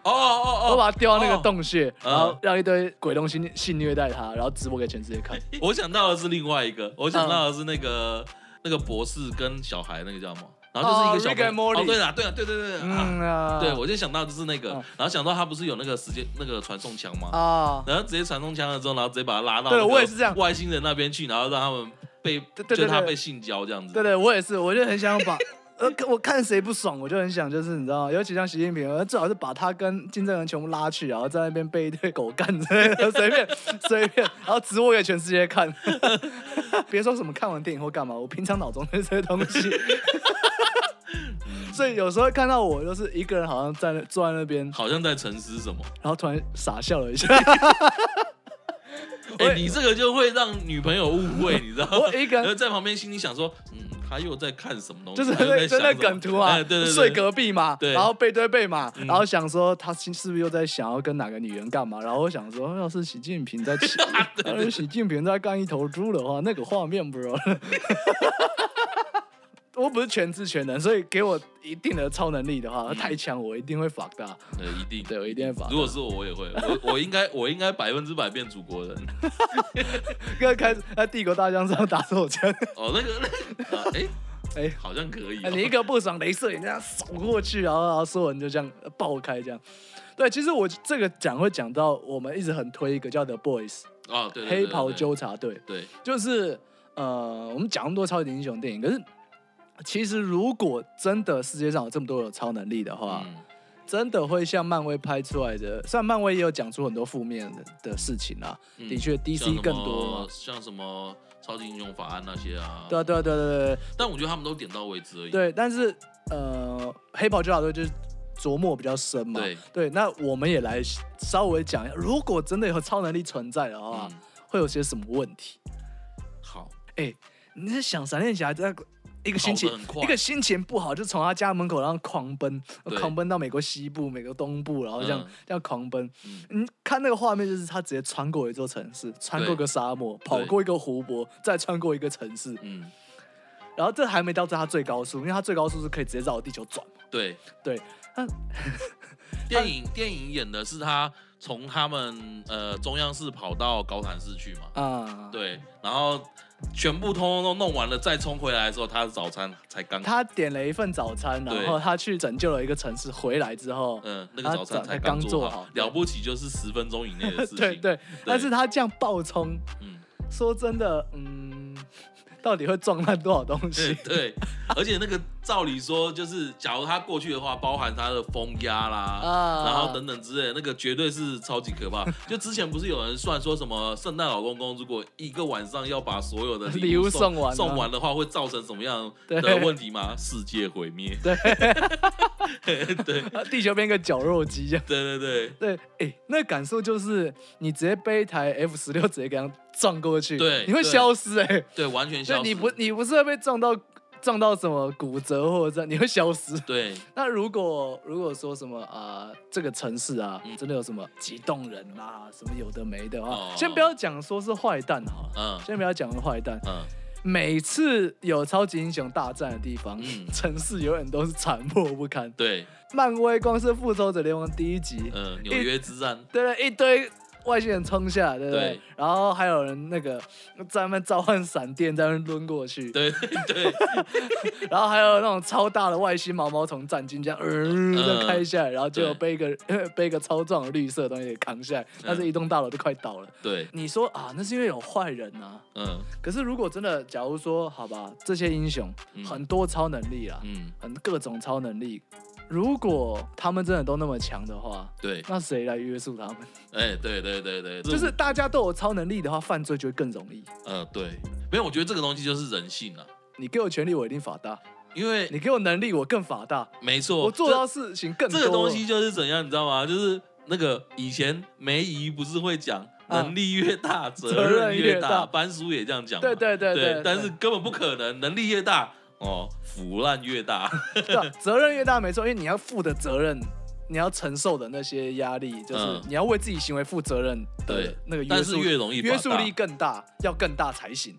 Speaker 1: 哦哦，
Speaker 2: 我把它丢到那个洞穴，
Speaker 1: 嗯
Speaker 2: 然后让一堆鬼东西性虐待他，然后直播给全世界看。
Speaker 1: 我想到的是另外一个，我想到的是那个、那个博士跟小孩那个叫什么？然后就是一个小朋友
Speaker 2: 嗯哦，Rick and Morty
Speaker 1: 哦，对啦，对啦，对对对，
Speaker 2: 嗯
Speaker 1: 啊，
Speaker 2: 啊，
Speaker 1: 对，我就想到就是那个
Speaker 2: 嗯，
Speaker 1: 然后想到他不是有那个时间那个传送墙吗？
Speaker 2: 啊，
Speaker 1: 然后直接传送墙了之后，然后直接把他拉到
Speaker 2: 对
Speaker 1: 那个
Speaker 2: 我也是这样
Speaker 1: 外星人那边去，然后让他们被
Speaker 2: 对对对
Speaker 1: 就他
Speaker 2: 对
Speaker 1: 被性交这样子，
Speaker 2: 对对，我也是，我就很想把，呃，我看谁不爽，我就很想，就是你知道吗？尤其像习近平，呃最好是把他跟金正恩全部拉去，然后在那边被一堆狗干之类的，随便随便，然后直播给全世界看。 *laughs* 别说什么看完电影或干嘛，我平常脑中就是这些东西。 *laughs* 所以有时候看到我就是一个人，好像在那坐在那边，
Speaker 1: 好像在沉思什么。
Speaker 2: 然后突然傻笑了一下。
Speaker 1: 哎、
Speaker 2: 我也
Speaker 1: 你这个就会让女朋友误会，你知道吗？
Speaker 2: 我一个人
Speaker 1: 然后在旁边心里想说，嗯，他又在看什么东西？
Speaker 2: 就是
Speaker 1: 他又
Speaker 2: 那
Speaker 1: 在想
Speaker 2: 真的
Speaker 1: 什么
Speaker 2: 梗图啊，
Speaker 1: 哎对对对，
Speaker 2: 睡隔壁嘛，
Speaker 1: 对
Speaker 2: 然后背对背嘛，然后想说他是是不是又在想要跟哪个女人干嘛？然后我想说，要是习近平在起，要是习近平在干一头猪的话，那个画面不知道。我不是全知全能，所以给我一定的超能力的话，太强我一定会 fuck 大。
Speaker 1: 呃，一定，
Speaker 2: 对我一定会把它
Speaker 1: 如果是我，我也会，我我应该我应该百分之百变祖国人。
Speaker 2: 刚开始在帝国大将上打手枪，
Speaker 1: 哦，那个，那个啊哎、
Speaker 2: 哎
Speaker 1: 好像可以、
Speaker 2: 哎
Speaker 1: 哦。
Speaker 2: 你一个不爽，镭射眼这样扫过去，然后然后所有人就这样呃爆开这样。对，其实我这个讲会讲到我们一直很推一个叫 The Boys
Speaker 1: 哦，对对对
Speaker 2: 黑袍，纠察队，
Speaker 1: 对嗯对，
Speaker 2: 就是呃，我们讲那么多超级英雄电影，可是其实如果真的世界上有这么多有超能力的话，
Speaker 1: 嗯，
Speaker 2: 真的会像漫威拍出来的。虽然漫威也有讲出很多负面的的事情啊，
Speaker 1: 嗯
Speaker 2: 的确 DC
Speaker 1: 像什么
Speaker 2: 更多嘛。
Speaker 1: 像什么超级英雄法案那些啊，
Speaker 2: 对啊，对啊，对啊对啊对啊
Speaker 1: 但我觉得他们都点到为止而已。
Speaker 2: 对，但是呃，黑袍纠察队就是琢磨比较深嘛。
Speaker 1: 对
Speaker 2: 那我们也来稍微讲一下，如果真的有超能力存在的话，
Speaker 1: 嗯
Speaker 2: 会有些什么问题？
Speaker 1: 好，
Speaker 2: 哎，你是想闪电侠在一个星期
Speaker 1: 跑得很快
Speaker 2: 一个心情不好，就从他家门口然后狂奔，
Speaker 1: 对
Speaker 2: 狂奔到美国西部、美国东部，然后这样、
Speaker 1: 嗯
Speaker 2: 这样狂奔。
Speaker 1: 嗯
Speaker 2: 你看那个画面，就是他直接穿过一座城市，穿过
Speaker 1: 对
Speaker 2: 个沙漠，跑过一个湖泊，再穿过一个城市，
Speaker 1: 嗯，
Speaker 2: 然后这还没到这他最高速，因为他最高速是可以直接绕地球转嘛。
Speaker 1: 对
Speaker 2: 对，嗯他
Speaker 1: *laughs* 电影电影演的是他从他们呃中央市跑到高潭市去嘛，
Speaker 2: 啊，，
Speaker 1: 对，然后全部通通都弄完了，再冲回来的时候，他的早餐才刚，
Speaker 2: 他点了一份早餐，
Speaker 1: 对
Speaker 2: 然后他去拯救了一个城市，回来之后，
Speaker 1: 嗯，那个
Speaker 2: 他
Speaker 1: 早餐
Speaker 2: 早
Speaker 1: 才
Speaker 2: 才
Speaker 1: 刚
Speaker 2: 刚
Speaker 1: 做
Speaker 2: 做
Speaker 1: 好
Speaker 2: 好，对
Speaker 1: 了不起就是十分钟以内的事情。
Speaker 2: 对对，但是他这样暴冲，
Speaker 1: 嗯，
Speaker 2: 说真的，嗯，到底会撞烂多少东
Speaker 1: 对
Speaker 2: 西？
Speaker 1: 对， *laughs* 而且那个照理说，就是假如他过去的话，包含他的风压啦，
Speaker 2: 啊
Speaker 1: 然后等等之类的，那个绝对是超级可怕。
Speaker 2: *laughs*
Speaker 1: 就之前不是有人算说什么圣诞老公公如果一个晚上要把所有的
Speaker 2: 礼物
Speaker 1: 物
Speaker 2: 送完啊
Speaker 1: 送完的话，会造成什么样的
Speaker 2: 对
Speaker 1: 问题吗？世界毁灭。
Speaker 2: 对
Speaker 1: *laughs* 对对
Speaker 2: 啊 *laughs* 地球变个绞肉机这样。
Speaker 1: 对对
Speaker 2: 对，哎、那感受就是你直接背一台 F 十六直接给它撞过去，
Speaker 1: 对
Speaker 2: 你会
Speaker 1: 对
Speaker 2: 消失哎、
Speaker 1: 对，完全
Speaker 2: 就
Speaker 1: 消失。
Speaker 2: 你不你不是会被撞到撞到什么骨折或者这样， *laughs* 你会消失。
Speaker 1: 对，
Speaker 2: 那如果如果说什么啊、呃这个城市啊，
Speaker 1: 嗯
Speaker 2: 真的有什么激动人啊，什么有的没的啊，
Speaker 1: 哦
Speaker 2: 先不要讲说是坏蛋哈，
Speaker 1: 嗯
Speaker 2: 先不要讲坏蛋，
Speaker 1: 嗯，
Speaker 2: 每次有超级英雄大战的地方，
Speaker 1: 嗯
Speaker 2: *laughs* 城市永远都是残破不堪。
Speaker 1: 对，嗯
Speaker 2: 漫威光是复仇者联盟第一集，
Speaker 1: 嗯，纽约之战。
Speaker 2: 对了一堆外星人冲下来，对不对？
Speaker 1: 对
Speaker 2: 然后还有人那个在那边召唤闪电，在那边抡过去，
Speaker 1: 对对，
Speaker 2: *laughs* 然后还有那种超大的外星毛毛虫战金这样，
Speaker 1: 嗯
Speaker 2: 呃，这样开下来，然后结果被一个 *laughs* 被一个超壮的绿色的东西给扛下来，
Speaker 1: 嗯
Speaker 2: 但是一栋大楼就快倒了。
Speaker 1: 对，
Speaker 2: 你说啊，那是因为有坏人啊。
Speaker 1: 嗯
Speaker 2: 可是如果真的，假如说好吧，这些英雄
Speaker 1: 嗯
Speaker 2: 很多超能力啊，
Speaker 1: 嗯，
Speaker 2: 很各种超能力，如果他们真的都那么强的话，
Speaker 1: 对，
Speaker 2: 那谁来约束他们？
Speaker 1: 哎，对对对对，
Speaker 2: 就是大家都有超能力的话，犯罪就会更容易。
Speaker 1: 呃，对，没有，我觉得这个东西就是人性啊，
Speaker 2: 你给我权利，我一定法大；
Speaker 1: 因为
Speaker 2: 你给我能力，我更法大。
Speaker 1: 没错，
Speaker 2: 我做
Speaker 1: 这
Speaker 2: 到事情更多。
Speaker 1: 这个东西就是怎样，你知道吗？就是那个以前梅姨不是会讲，
Speaker 2: 啊
Speaker 1: 能力越
Speaker 2: *laughs*
Speaker 1: 大、责
Speaker 2: 责任
Speaker 1: 任
Speaker 2: 越
Speaker 1: 越大，
Speaker 2: 大
Speaker 1: 班叔也这样讲嘛，
Speaker 2: 对对对
Speaker 1: 对
Speaker 2: 对，
Speaker 1: 但是根本不可能，能力越大哦，腐烂越大，
Speaker 2: 对啊责任越大没错，因为你要负的责任，你要承受的那些压力，就是
Speaker 1: 嗯
Speaker 2: 你要为自己行为负责任的
Speaker 1: 对
Speaker 2: 那个约
Speaker 1: 但是
Speaker 2: 束
Speaker 1: 越容易
Speaker 2: 约
Speaker 1: 把
Speaker 2: 束
Speaker 1: 大
Speaker 2: 力。更大，要更大才行。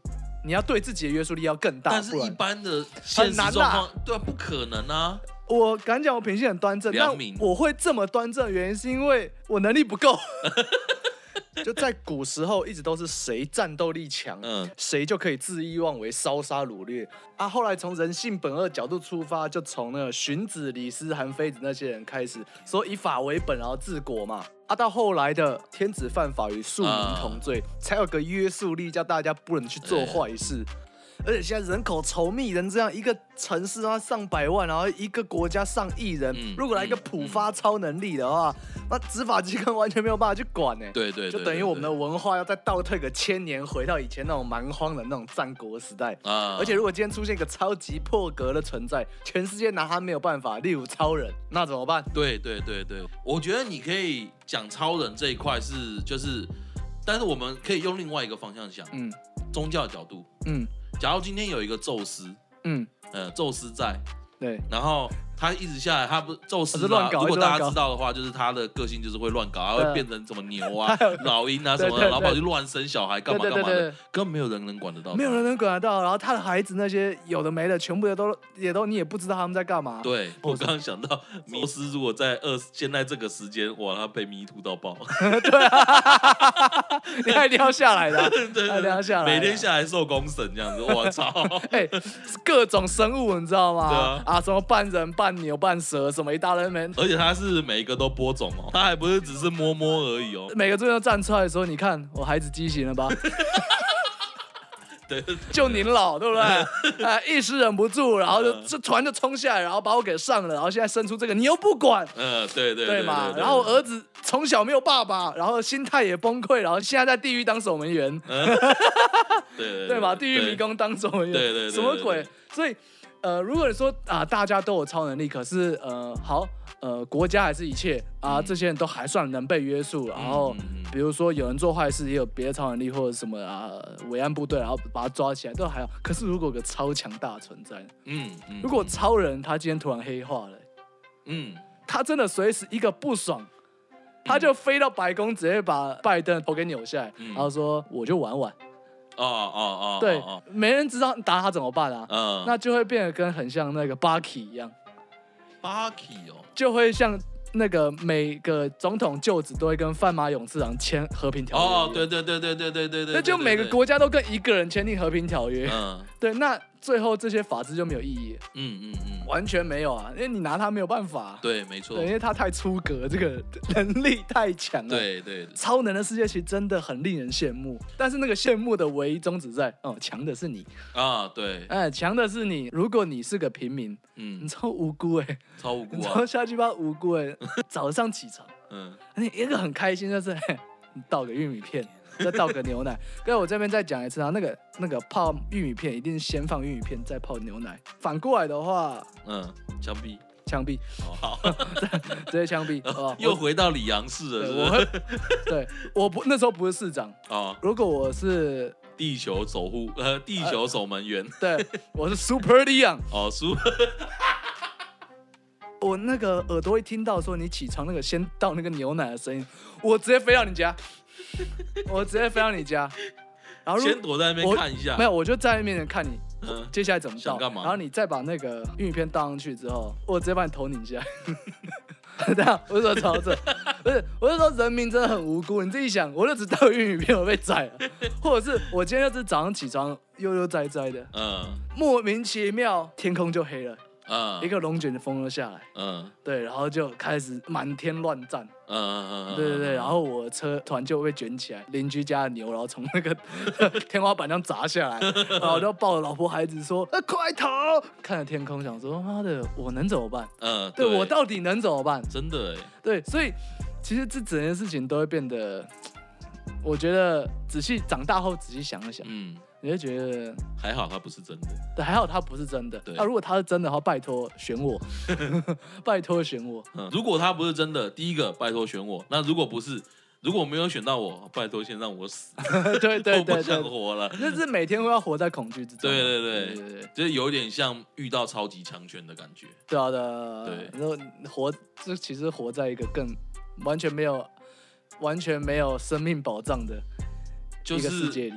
Speaker 2: 你要对自己的约束力要更大，
Speaker 1: 但是
Speaker 2: 不，
Speaker 1: 一
Speaker 2: 然
Speaker 1: 般的现实
Speaker 2: 很难
Speaker 1: 状
Speaker 2: 啊
Speaker 1: 况，对啊，不可能啊，
Speaker 2: 我敢讲我品性很端正，但
Speaker 1: 良民
Speaker 2: 我会这么端正，原因是因为我能力不够。 *laughs* 就在古时候，一直都是谁战斗力强，
Speaker 1: 嗯，
Speaker 2: 谁就可以恣意妄为、烧杀掳掠啊！后来从人性本恶角度出发，就从那个荀子、李斯、韩非子那些人开始，说以法为本，然后治国嘛。啊，到后来的天子犯法与庶民同
Speaker 1: 啊
Speaker 2: 罪，才有个约束力，叫大家不能去做坏事。
Speaker 1: 哎
Speaker 2: 而且现在人口稠密人这样一个城市啊，上百万，然后一个国家上亿人，
Speaker 1: 嗯
Speaker 2: 如果来一个
Speaker 1: 嗯
Speaker 2: 普发超能力的话，那执法机关完全没有办法去管呢、欸
Speaker 1: 对对，对
Speaker 2: 就等于我们的
Speaker 1: 对
Speaker 2: 文化要再倒退个千年，回到以前那种蛮荒的那种战国时代。
Speaker 1: 对啊，
Speaker 2: 而且如果今天出现一个超级破格的存在，全世界拿他没有办法，例如超人，那怎么办？
Speaker 1: 对对对对，我觉得你可以讲超人这一块是就是，但是我们可以用另外一个方向想，
Speaker 2: 嗯
Speaker 1: 宗教的角度，
Speaker 2: 嗯
Speaker 1: 假如今天有一个宙斯，
Speaker 2: 嗯，
Speaker 1: 呃，宙斯在，
Speaker 2: 对，
Speaker 1: 然后他一直下来，他不宙斯
Speaker 2: 哦是
Speaker 1: 啊
Speaker 2: 乱搞
Speaker 1: 如果
Speaker 2: 一直乱
Speaker 1: 大家
Speaker 2: 搞
Speaker 1: 知道的话，就是他的个性就是会乱搞，他
Speaker 2: 对
Speaker 1: 会
Speaker 2: 啊
Speaker 1: 变成什么牛啊
Speaker 2: *laughs* 他有、
Speaker 1: 老鹰啊什么的，
Speaker 2: 对对
Speaker 1: 然后跑去
Speaker 2: 对
Speaker 1: 乱生小孩，干嘛
Speaker 2: 对
Speaker 1: 干
Speaker 2: 对
Speaker 1: 嘛的
Speaker 2: 对对，
Speaker 1: 根本没有人能管得到他，
Speaker 2: 没有人能管得到。然后他的孩子那些有的没的，全部的都也都你也不知道他们在干嘛。
Speaker 1: 对我刚刚想到， *laughs* 摩斯如果在二现在这个时间，哇，他被迷途到爆，
Speaker 2: *laughs* 你还撩下来
Speaker 1: *laughs*
Speaker 2: 的啊、
Speaker 1: 对对
Speaker 2: 他撩下来
Speaker 1: 每
Speaker 2: 了
Speaker 1: 天下来受公审这样子，我操！ *laughs*
Speaker 2: 哎、各种生物你知道吗？
Speaker 1: 对啊
Speaker 2: 什么半人半牛半蛇，什么一大堆没
Speaker 1: 而且他是每一个都播种哦，他还不是只是摸摸而已哦。 *laughs*
Speaker 2: 每个最后站出来说：“你看我孩子畸形了吧？
Speaker 1: 对，
Speaker 2: *laughs* 就您老，对不对？哎，一时忍不住，然后就这船就冲下来，然后把我给上了，然后现在生出这个，你又不管，
Speaker 1: 嗯，对对
Speaker 2: 对嘛？然后我呃儿子从小没有爸爸，然后心态也崩溃，然后现在在地狱当守门员，
Speaker 1: *laughs* 对
Speaker 2: 对嘛？地狱迷，宫当守门员，
Speaker 1: 对对对
Speaker 2: 什么
Speaker 1: 对
Speaker 2: 鬼
Speaker 1: 对？
Speaker 2: 所以，呃，如果你说啊，大家都有超能力，可是呃，好，呃，国家还是一切啊，
Speaker 1: 嗯
Speaker 2: 这些人都还算能被约束，然后。
Speaker 1: 嗯嗯嗯
Speaker 2: 比如说有人做坏事，也有别的超能力或者什么啊，维安部队，然后把他抓起来，都还好。可是如果有个超强大的存在，
Speaker 1: 嗯嗯，
Speaker 2: 如果超人他今天突然黑化了，
Speaker 1: 嗯
Speaker 2: 他真的随时一个不爽，他就飞到白宫，直接把拜登的头给扭下来，
Speaker 1: 嗯
Speaker 2: 然后说我就玩玩。
Speaker 1: 哦哦哦，
Speaker 2: 对
Speaker 1: 哦，
Speaker 2: 没人知道打他怎么办啊？
Speaker 1: 嗯，
Speaker 2: 那就会变得跟很像那个 Bucky 一样，
Speaker 1: 巴 y 哦，
Speaker 2: 就会像。那个每个总统就职都会跟范马勇次郎签和平条约一样，
Speaker 1: 哦，对对对对对对对对，
Speaker 2: 那就
Speaker 1: 对
Speaker 2: 每个，国家都跟一个人签订和平条约，
Speaker 1: 对嗯
Speaker 2: 对，那最后这些法治就没有意义，
Speaker 1: 嗯嗯嗯，
Speaker 2: 完全没有啊，因为你拿他没有办法、啊
Speaker 1: 对，没错
Speaker 2: 对，，因为他太出格，这个能力太强了。，
Speaker 1: 对对，
Speaker 2: 超能的世界其实真的很令人羡慕，但是那个羡慕的唯一宗旨在，哦、强的是你，
Speaker 1: 啊对，
Speaker 2: 哎、强的是你。如果你是个平民，你
Speaker 1: 嗯，
Speaker 2: 超无辜哎、
Speaker 1: 超无
Speaker 2: 你
Speaker 1: 辜啊
Speaker 2: 超，下去吧无辜哎、
Speaker 1: *laughs*
Speaker 2: 早上起床，
Speaker 1: 嗯
Speaker 2: 你一个很开心就是， *laughs* 嘿你倒个玉米片，
Speaker 1: *laughs*
Speaker 2: 再倒个牛奶。跟我这边再讲一次啊，那个那个泡玉米片一定先放玉米片，再泡牛奶。反过来的话，
Speaker 1: 嗯，枪毙，
Speaker 2: 枪毙， *laughs*
Speaker 1: 哦好，
Speaker 2: 直接
Speaker 1: *laughs*
Speaker 2: 枪毙，好不好？
Speaker 1: 又
Speaker 2: 我
Speaker 1: 回到里昂市了，
Speaker 2: 对，
Speaker 1: 是
Speaker 2: 我
Speaker 1: 不是？
Speaker 2: 会，对，我不那时候不是市长，
Speaker 1: 哦，
Speaker 2: 如果我是
Speaker 1: 地球守护，呃，地球守门员， *laughs*
Speaker 2: 对，我是 Super Leon，
Speaker 1: 哦，输，
Speaker 2: 我那个耳朵一听到说你起床那个先倒那个牛奶的声音，我直接飞到你家，我直接飞到你家，然后如
Speaker 1: 先躲在那边
Speaker 2: 我
Speaker 1: 看一下
Speaker 2: 没，有，我就在你面前看你。
Speaker 1: 嗯，
Speaker 2: 接下来怎么倒？
Speaker 1: 想干嘛
Speaker 2: 然后你再把那个 *laughs* 玉米片倒上去之后，我直接把你头拧下来。这样，我手朝着，不是，我是说人民真的很无辜。你自己想，我就只到玉米片我被宰了，或者是我今天就是早上起床悠悠哉哉的，
Speaker 1: 嗯
Speaker 2: 莫名其妙天空就黑了，
Speaker 1: 嗯，
Speaker 2: 一个龙卷风了下来，
Speaker 1: 嗯
Speaker 2: 对，然后就开始满天乱战，
Speaker 1: 嗯嗯嗯，
Speaker 2: 对对对，然后我的车突然就被卷起来，邻居家的牛，然后从那个 *laughs* 天花板上砸
Speaker 1: *laughs*
Speaker 2: 下来，然后我就抱着老婆孩子说：“呃，快逃！”看着天空，想说：“妈的，我能怎么办？
Speaker 1: 嗯，
Speaker 2: 对我到底能怎么办
Speaker 1: 真的哎，？”
Speaker 2: 对，所以其实这整件事情都会变得，我觉得仔细长大后仔细想一想，
Speaker 1: 嗯，
Speaker 2: 你会觉得
Speaker 1: 还好它不是真的，
Speaker 2: 对，还好他不是真的。啊
Speaker 1: 对
Speaker 2: 那、如果他是真的话，拜托选
Speaker 1: *laughs*
Speaker 2: 我，拜托选我。 *laughs*
Speaker 1: 嗯，如果它不是真的，第一个拜托选我，那如果不是，如果没有选到我，拜托先让我
Speaker 2: *laughs*
Speaker 1: 死， *laughs*
Speaker 2: 对对
Speaker 1: 我
Speaker 2: 对
Speaker 1: 不
Speaker 2: 对
Speaker 1: 想，活了。
Speaker 2: 就是每天会要活在恐惧之中。啊
Speaker 1: 对对对
Speaker 2: 对对，
Speaker 1: 就是有点像遇到超级强权的感觉，
Speaker 2: 对啊对啊
Speaker 1: 对
Speaker 2: 然后活这其实活在一个更完全没有完全没有生命保障的
Speaker 1: 就
Speaker 2: 一个世
Speaker 1: 是
Speaker 2: 界里。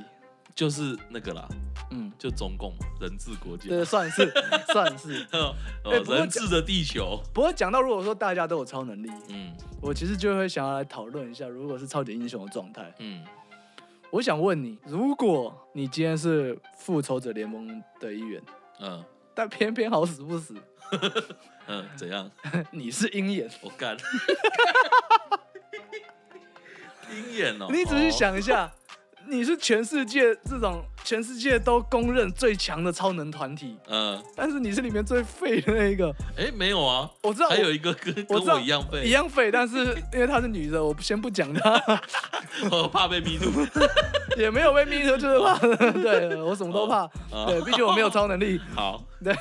Speaker 1: 就是那个啦，
Speaker 2: 嗯，
Speaker 1: 就中共嘛，人治国家，
Speaker 2: 对，算是 *laughs* 算是。
Speaker 1: *laughs* 哦
Speaker 2: 哎不过
Speaker 1: 人治的地球，
Speaker 2: 不过讲到如果说大家都有超能力，
Speaker 1: 嗯
Speaker 2: 我其实就会想要来讨论一下，如果是超级英雄的状态，
Speaker 1: 嗯
Speaker 2: 我想问你，如果你今天是复仇者联盟的一员，
Speaker 1: 嗯
Speaker 2: 但偏偏好死不死， *laughs*
Speaker 1: 嗯，怎样？ *laughs*
Speaker 2: 你是鹰眼，
Speaker 1: 我干， *laughs* 鹰眼哦，
Speaker 2: 你仔细想一下，你是全世界这种全世界都公认最强的超能团体，
Speaker 1: 哦，
Speaker 2: 但是你是里面最废的那一个。
Speaker 1: 嗯，哎，没有啊，
Speaker 2: 我知道，
Speaker 1: 还有一个跟
Speaker 2: 我
Speaker 1: 跟
Speaker 2: 知道
Speaker 1: 我一样
Speaker 2: 一
Speaker 1: 被，
Speaker 2: 样废，但是因为她是女的，我先不讲她，
Speaker 1: *laughs*
Speaker 2: *laughs*
Speaker 1: 我怕被迷住，
Speaker 2: 也没有被迷住，就是
Speaker 1: *laughs*
Speaker 2: 怕，对我什么都怕，
Speaker 1: 哦嗯
Speaker 2: 对，毕竟我没有超
Speaker 1: *laughs*
Speaker 2: 能力。
Speaker 1: 好，
Speaker 2: 对，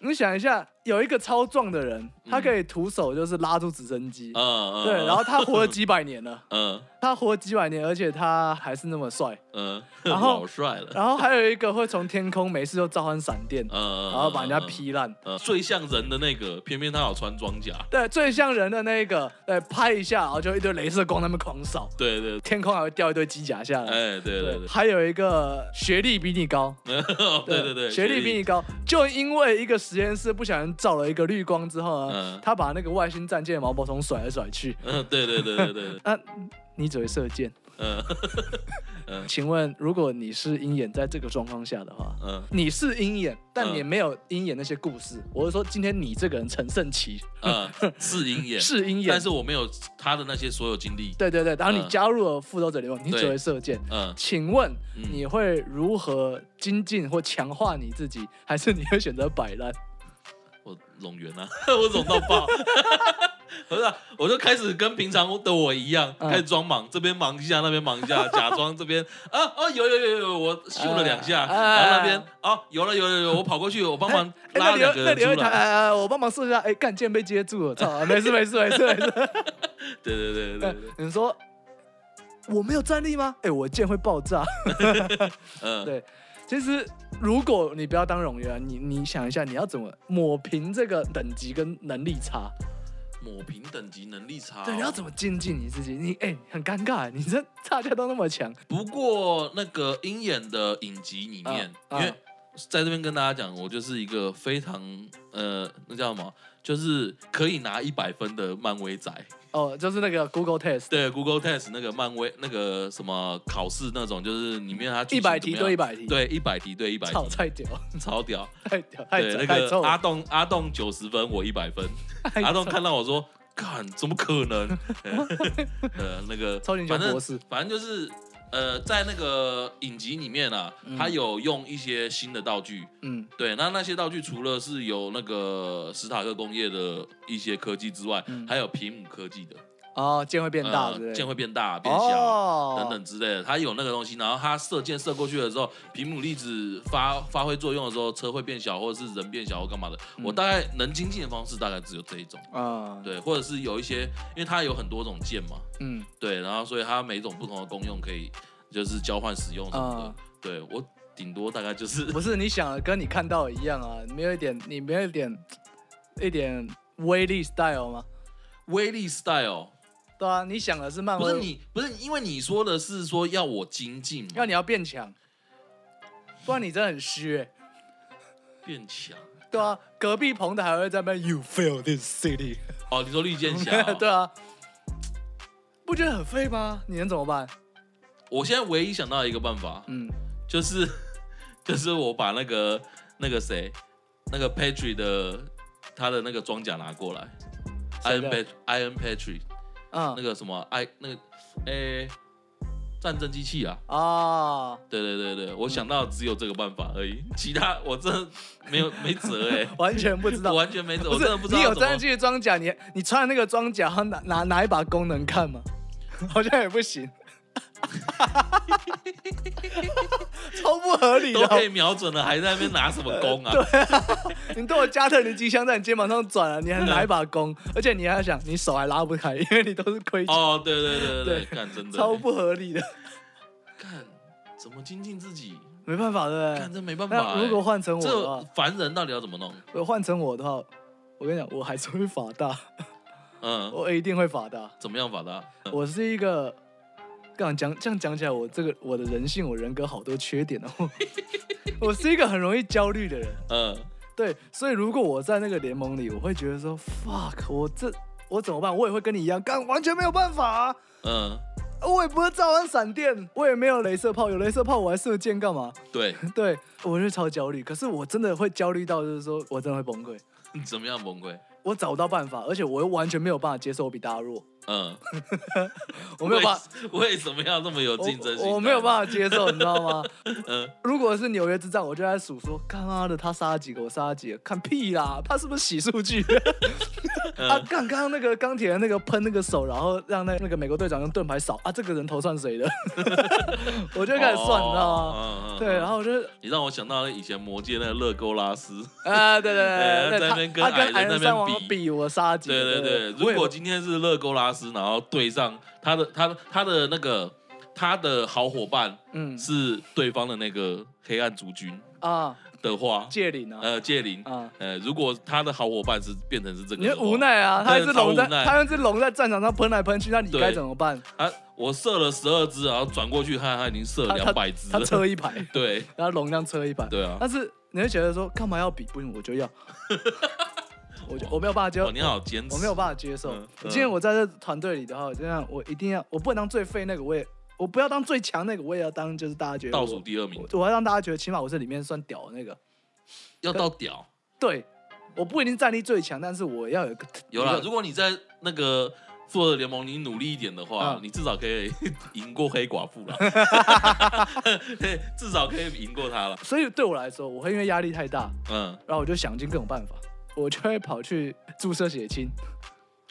Speaker 2: 你想一下，有一个超壮的人，他可以徒手就是拉住直升机，
Speaker 1: 嗯嗯，
Speaker 2: 对，然后他活了几百年了， *laughs*
Speaker 1: 嗯
Speaker 2: 他活了几百年，而且他还是那么帅。
Speaker 1: 嗯，
Speaker 2: 然
Speaker 1: *laughs*
Speaker 2: 后
Speaker 1: 老帅了，
Speaker 2: 然后还有一个会从天空没事就召唤闪电，
Speaker 1: 嗯，
Speaker 2: 然后把人家
Speaker 1: 嗯。嗯
Speaker 2: 劈烂。
Speaker 1: 呃，最像人的那个，偏偏他有穿装甲。
Speaker 2: 对，最像人的那个，对，拍一下，然后就一堆镭射光，他们狂扫，
Speaker 1: 对对，
Speaker 2: 天空还会掉一堆机甲下来。
Speaker 1: 哎，对对对，
Speaker 2: 还有一个学历比你高，
Speaker 1: 对 *laughs* 对对，
Speaker 2: 学历比你高，就因为一个实验室不小心照了一个绿光之后呢
Speaker 1: 嗯，
Speaker 2: 他把那个外星战舰的毛毛虫甩来甩去，
Speaker 1: 嗯，对对对对对对，
Speaker 2: 那你只会射箭。
Speaker 1: 嗯 *laughs*
Speaker 2: 请问，如果你是鹰眼，在这个状况下的话，
Speaker 1: 嗯
Speaker 2: 你是鹰眼，但
Speaker 1: 嗯
Speaker 2: 你没有鹰眼那些故事。我是说，今天你这个人陈胜奇 *laughs*
Speaker 1: 嗯，是鹰眼，
Speaker 2: 是鹰眼，
Speaker 1: 但是我没有他的那些所有经历。
Speaker 2: 对对对，然后你
Speaker 1: 嗯
Speaker 2: 加入了复仇者联盟，你
Speaker 1: 对
Speaker 2: 只会射箭。
Speaker 1: 嗯，
Speaker 2: 请问
Speaker 1: 嗯
Speaker 2: 你会如何精进或强化你自己，还是你会选择摆
Speaker 1: *laughs*
Speaker 2: 烂？
Speaker 1: 我拢圆啊， *laughs* 我拢到爆。不是啊、我就开始跟平常的我一样，
Speaker 2: 嗯
Speaker 1: 开始装忙，这边忙一下，那边忙一下，假装这边啊哦有有有有，我秀了两下，
Speaker 2: 哎
Speaker 1: 然后那边哦有了有了有了，我跑过去，我帮忙
Speaker 2: *laughs* 哎那
Speaker 1: 拉
Speaker 2: 你
Speaker 1: 两
Speaker 2: 会
Speaker 1: 个
Speaker 2: 那
Speaker 1: 人
Speaker 2: 你会
Speaker 1: 出
Speaker 2: 谈？
Speaker 1: 来。
Speaker 2: 哎哎，我帮忙射一下。哎，干箭被接住了，
Speaker 1: *laughs*
Speaker 2: 操！啊没事没事没事没事。
Speaker 1: 对对对对
Speaker 2: 哎
Speaker 1: 对，
Speaker 2: 你说我没有战力吗？哎，我箭会爆炸。 *laughs*
Speaker 1: 嗯，
Speaker 2: 对，其实如果你不要当冗员啊，你你想一下，你要怎么抹平这个等级跟能力差？
Speaker 1: 抹平等级能力差哦、
Speaker 2: 对，你要怎么精进你自己？你哎、很尴尬，你这大家都那么强，
Speaker 1: 不过那个鹰眼的影集里面，
Speaker 2: 啊啊
Speaker 1: 因为在这边跟大家讲，我就是一个非常呃，那叫什么，就是可以拿一百分的漫威仔。
Speaker 2: 哦，就是那个 Google Test
Speaker 1: 对，Google Test 那个漫威那个什么考试那种，就是里面它
Speaker 2: 一百题对一
Speaker 1: 百，
Speaker 2: 百题，，
Speaker 1: 对一百题对一百
Speaker 2: 操，
Speaker 1: 题，
Speaker 2: 太屌，
Speaker 1: 超屌。
Speaker 2: 太屌，太
Speaker 1: 对，
Speaker 2: 屌，
Speaker 1: 那
Speaker 2: 太
Speaker 1: 个
Speaker 2: 臭
Speaker 1: 阿
Speaker 2: 了，
Speaker 1: 栋阿栋九十分，我一百分。
Speaker 2: 太
Speaker 1: 阿栋
Speaker 2: 臭
Speaker 1: 看到我说：“干，怎么可
Speaker 2: *laughs*
Speaker 1: 能？”呃，那个
Speaker 2: 超级英雄
Speaker 1: 反正
Speaker 2: 博士
Speaker 1: 反正就是呃，在那个影集里面啊，他有用一些新的道具。
Speaker 2: 嗯
Speaker 1: 对，那那些道具除了是有那个史塔克工业的一些科技之外，
Speaker 2: 嗯
Speaker 1: 还有皮姆科技的
Speaker 2: 哦，剑会变大，对不
Speaker 1: 呃
Speaker 2: 对？
Speaker 1: 剑会变大、变小、
Speaker 2: 哦，
Speaker 1: 等等之类的。它有那个东西，然后它射箭射过去的时候，皮姆粒子发发挥作用的时候，车会变小，或者是人变小或干嘛的。
Speaker 2: 嗯
Speaker 1: 我大概能精进的方式大概只有这一种，
Speaker 2: 啊，
Speaker 1: 对，或者是有一些，因为它有很多种箭嘛，
Speaker 2: 嗯
Speaker 1: 对，然后所以它每种不同的功用可以就是交换使用什么的。
Speaker 2: 啊，
Speaker 1: 对我顶多大概就是 *laughs*
Speaker 2: 不是你想的跟你看到的一样啊，没有一点，你没有一点一点威力 style 吗？
Speaker 1: 威力 style，
Speaker 2: 对啊，你想的是漫
Speaker 1: 不
Speaker 2: 威，
Speaker 1: 是你不是因为你说的是说要我精进嘛，
Speaker 2: 要你要变强，不然你真的很虚、欸。
Speaker 1: 变强。
Speaker 2: 对啊，隔壁
Speaker 1: *laughs*
Speaker 2: 棚的还会在那边 You fail this city， *laughs*，
Speaker 1: 哦，你说绿箭侠、哦
Speaker 2: 对啊，不觉得很废吗？你能怎么办？
Speaker 1: 我现在唯一想到一个办法，
Speaker 2: 嗯，
Speaker 1: 就是 *laughs* 就是我把那个那个谁，那个 Patry 的他的那个装甲拿过来
Speaker 2: 谁的
Speaker 1: ，Iron Patry Iron Patry
Speaker 2: 嗯
Speaker 1: 那个什么 I 那个诶、战争机器啊，
Speaker 2: 啊，
Speaker 1: 对对对对，我想到只有这个办法而已，其他我真的没有没辙哎、
Speaker 2: 完全不知
Speaker 1: *laughs*
Speaker 2: 道
Speaker 1: 我。完全没辙，我
Speaker 2: 不
Speaker 1: 真
Speaker 2: 是
Speaker 1: 的不知
Speaker 2: 你有
Speaker 1: 道怎
Speaker 2: 战
Speaker 1: 么
Speaker 2: 争。机的装甲，你你穿的那个装甲，然后拿拿拿一把弓能看吗？ *laughs* 好像也不行， *laughs* 超不合理的
Speaker 1: 都
Speaker 2: 好不好
Speaker 1: 可以瞄准了，还在那边拿什么弓
Speaker 2: *laughs*
Speaker 1: 啊？
Speaker 2: 你对我加特林机枪在你肩膀上转了，你还拿一把
Speaker 1: *laughs*
Speaker 2: 弓，而且你还要想，你手还拉不开，因为你都是盔甲，
Speaker 1: 哦，对对对
Speaker 2: 对
Speaker 1: 对，干真的
Speaker 2: 超
Speaker 1: 欸
Speaker 2: 不合理的，
Speaker 1: 干，怎么精进自己？
Speaker 2: 没办法，对
Speaker 1: 干
Speaker 2: 不对？
Speaker 1: 真没办法
Speaker 2: 嗯那
Speaker 1: 欸。
Speaker 2: 如果换成我的
Speaker 1: 这
Speaker 2: 话，
Speaker 1: 凡人到底要怎么弄？
Speaker 2: 我换成我的话，我跟你讲，我还是会法大，
Speaker 1: 嗯，
Speaker 2: 我一定会法大。
Speaker 1: 怎么样法大？嗯
Speaker 2: 我是一个，刚讲这样讲起来，我这个我的人性，我人格好多缺点哦。 *laughs* 我是一个很容易焦虑的人，
Speaker 1: 嗯，
Speaker 2: 对，所以如果我在那个联盟里，我会觉得说，fuck，我这我怎么办？我也会跟你一样，干完全没有办法、啊。
Speaker 1: 嗯，
Speaker 2: 我也不是召唤闪电，我也没有镭射炮，有镭射炮我还射箭干嘛？
Speaker 1: 对， *laughs*
Speaker 2: 对，我就超焦虑。可是我真的会焦虑到，就是说我真的会崩溃，
Speaker 1: 怎么样崩溃？
Speaker 2: 我找不到办法，而且我又完全没有办法接受我比大家弱，
Speaker 1: 嗯，
Speaker 2: 我没有办法，
Speaker 1: 为为什么 *laughs* 要这么有竞争性
Speaker 2: 我我没有
Speaker 1: 法。
Speaker 2: 办法接受，你知道吗？
Speaker 1: *laughs* 嗯，
Speaker 2: 如果是纽约之战，我就在数说，干妈的他杀了几个，我杀了几个，看屁啦，他是不是洗数据？ *laughs* 啊，
Speaker 1: 嗯
Speaker 2: 刚刚刚那个钢铁的那个喷那个手，然后让那那个美国队长用盾牌扫啊，这个人头算谁的？ *laughs* 我就开始算，你知道吗？
Speaker 1: 哦嗯嗯嗯
Speaker 2: 对，然后我就
Speaker 1: 你让我想到以前魔界那个勒勾拉斯，
Speaker 2: 啊，对对
Speaker 1: 对
Speaker 2: 对，
Speaker 1: 在那边
Speaker 2: 他他
Speaker 1: 跟
Speaker 2: 跟
Speaker 1: 矮人
Speaker 2: 人
Speaker 1: 那边
Speaker 2: 三王
Speaker 1: 比
Speaker 2: 比，我杀几个？
Speaker 1: 对对对。
Speaker 2: 我
Speaker 1: 如
Speaker 2: 也
Speaker 1: 果今天是勒勾拉斯，然后对上他的他的他的那个他的好伙伴
Speaker 2: 嗯
Speaker 1: 是对方的那个黑暗族军
Speaker 2: 啊，
Speaker 1: 的话，
Speaker 2: 戒灵啊
Speaker 1: 呃，戒灵，
Speaker 2: 啊，
Speaker 1: 呃，如果他的好伙伴是变成是这个
Speaker 2: 你
Speaker 1: 的
Speaker 2: 就
Speaker 1: 话，
Speaker 2: 无奈啊，他一只
Speaker 1: 真的超
Speaker 2: 龙在
Speaker 1: 无奈
Speaker 2: 他一只龙在战场上喷来喷去，那你
Speaker 1: 对
Speaker 2: 该怎么办？
Speaker 1: 啊，我射了十二只，然后转过去看他已经射了
Speaker 2: 他
Speaker 1: 两百只
Speaker 2: 他
Speaker 1: 了，
Speaker 2: 车一排，
Speaker 1: 对
Speaker 2: 然后龙这样车一排，
Speaker 1: 对啊，
Speaker 2: 但是你会觉得说，干嘛要比？不行，我就
Speaker 1: *laughs*
Speaker 2: 要，我就我没有办法接受
Speaker 1: 哦，，你好坚持，
Speaker 2: 我没有办法接受
Speaker 1: 嗯。
Speaker 2: 今天我在这团队里的话，我这样，我一定要，我不能当最废那个，我也，我不要当最强那个，我也要当就是大家觉得
Speaker 1: 倒
Speaker 2: 我
Speaker 1: 数第二名，
Speaker 2: 我我要让大家觉得起码我是里面算屌的那个。
Speaker 1: 要到屌，
Speaker 2: 对，我不一定战力最强，但是我要有一个
Speaker 1: 有啦
Speaker 2: 一，个
Speaker 1: 如果你在那个。复仇者联盟，你努力一点的话，
Speaker 2: 嗯
Speaker 1: 你至少可以 *laughs* 赢过黑寡妇
Speaker 2: *laughs*
Speaker 1: 了，对，至少可以赢过他了。
Speaker 2: 所以对我来说，我会因为压力太大，
Speaker 1: 嗯，
Speaker 2: 然后我就想尽各种办法，我就会跑去注射血清，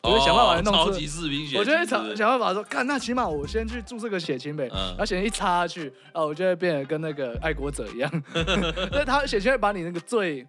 Speaker 2: 我
Speaker 1: 哦
Speaker 2: 就想办法弄
Speaker 1: 超
Speaker 2: 出
Speaker 1: 级士兵血，
Speaker 2: 我就会
Speaker 1: 是不
Speaker 2: 想
Speaker 1: 是
Speaker 2: 想办法说，看那起码我先去注射个血清呗，
Speaker 1: 嗯
Speaker 2: 然后血清一插下去，然后我就会变得跟那个爱国者
Speaker 1: *laughs*
Speaker 2: 一样， *laughs* 那他血清会把你那个最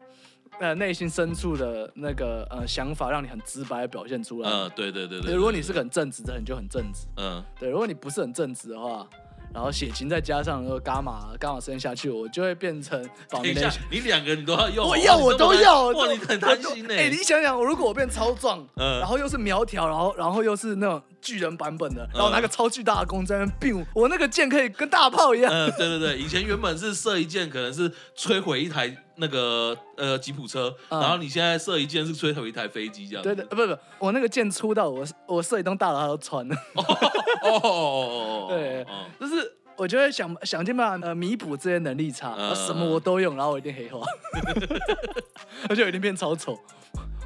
Speaker 2: 呃内心深处的那个呃想法，让你很直白的表现出来。
Speaker 1: 嗯，对对对对对，
Speaker 2: 如果你是个很正直的人，你就很正直；
Speaker 1: 嗯，
Speaker 2: 对，如果你不是很正直的话。然后血清再加上那个伽马伽马生下去，我就会变成保
Speaker 1: 等
Speaker 2: 密
Speaker 1: 一
Speaker 2: 内
Speaker 1: 下
Speaker 2: 心。，
Speaker 1: 你两个你都要用，
Speaker 2: 我要
Speaker 1: 哇
Speaker 2: 我
Speaker 1: 你这么
Speaker 2: 都
Speaker 1: 贪
Speaker 2: 要，
Speaker 1: 哇，你很贪心欸呢。
Speaker 2: 哎、你想想，我如果我变超壮，
Speaker 1: 嗯
Speaker 2: 然后又是苗条，然后然后又是那种巨人版本的，然后
Speaker 1: 嗯
Speaker 2: 拿个超巨大的弓在那边 biu，我那个箭可以跟大炮一样。
Speaker 1: 嗯，对对对，以前原本是射一箭，可能是摧毁一台那个呃吉普车，
Speaker 2: 嗯
Speaker 1: 然后你现在射一箭是摧毁一台飞机这样子。
Speaker 2: 对的，呃不不，我那个箭出到我我射一栋大楼它都穿 *laughs* 了，
Speaker 1: 哦哦哦哦哦，
Speaker 2: *laughs* 对
Speaker 1: 哦
Speaker 2: 就是我就会想想尽办法呃弥补这些能力差，
Speaker 1: 嗯
Speaker 2: 呃什么我都用，然后我一定黑
Speaker 1: *laughs*
Speaker 2: 化，而且我一定变超丑，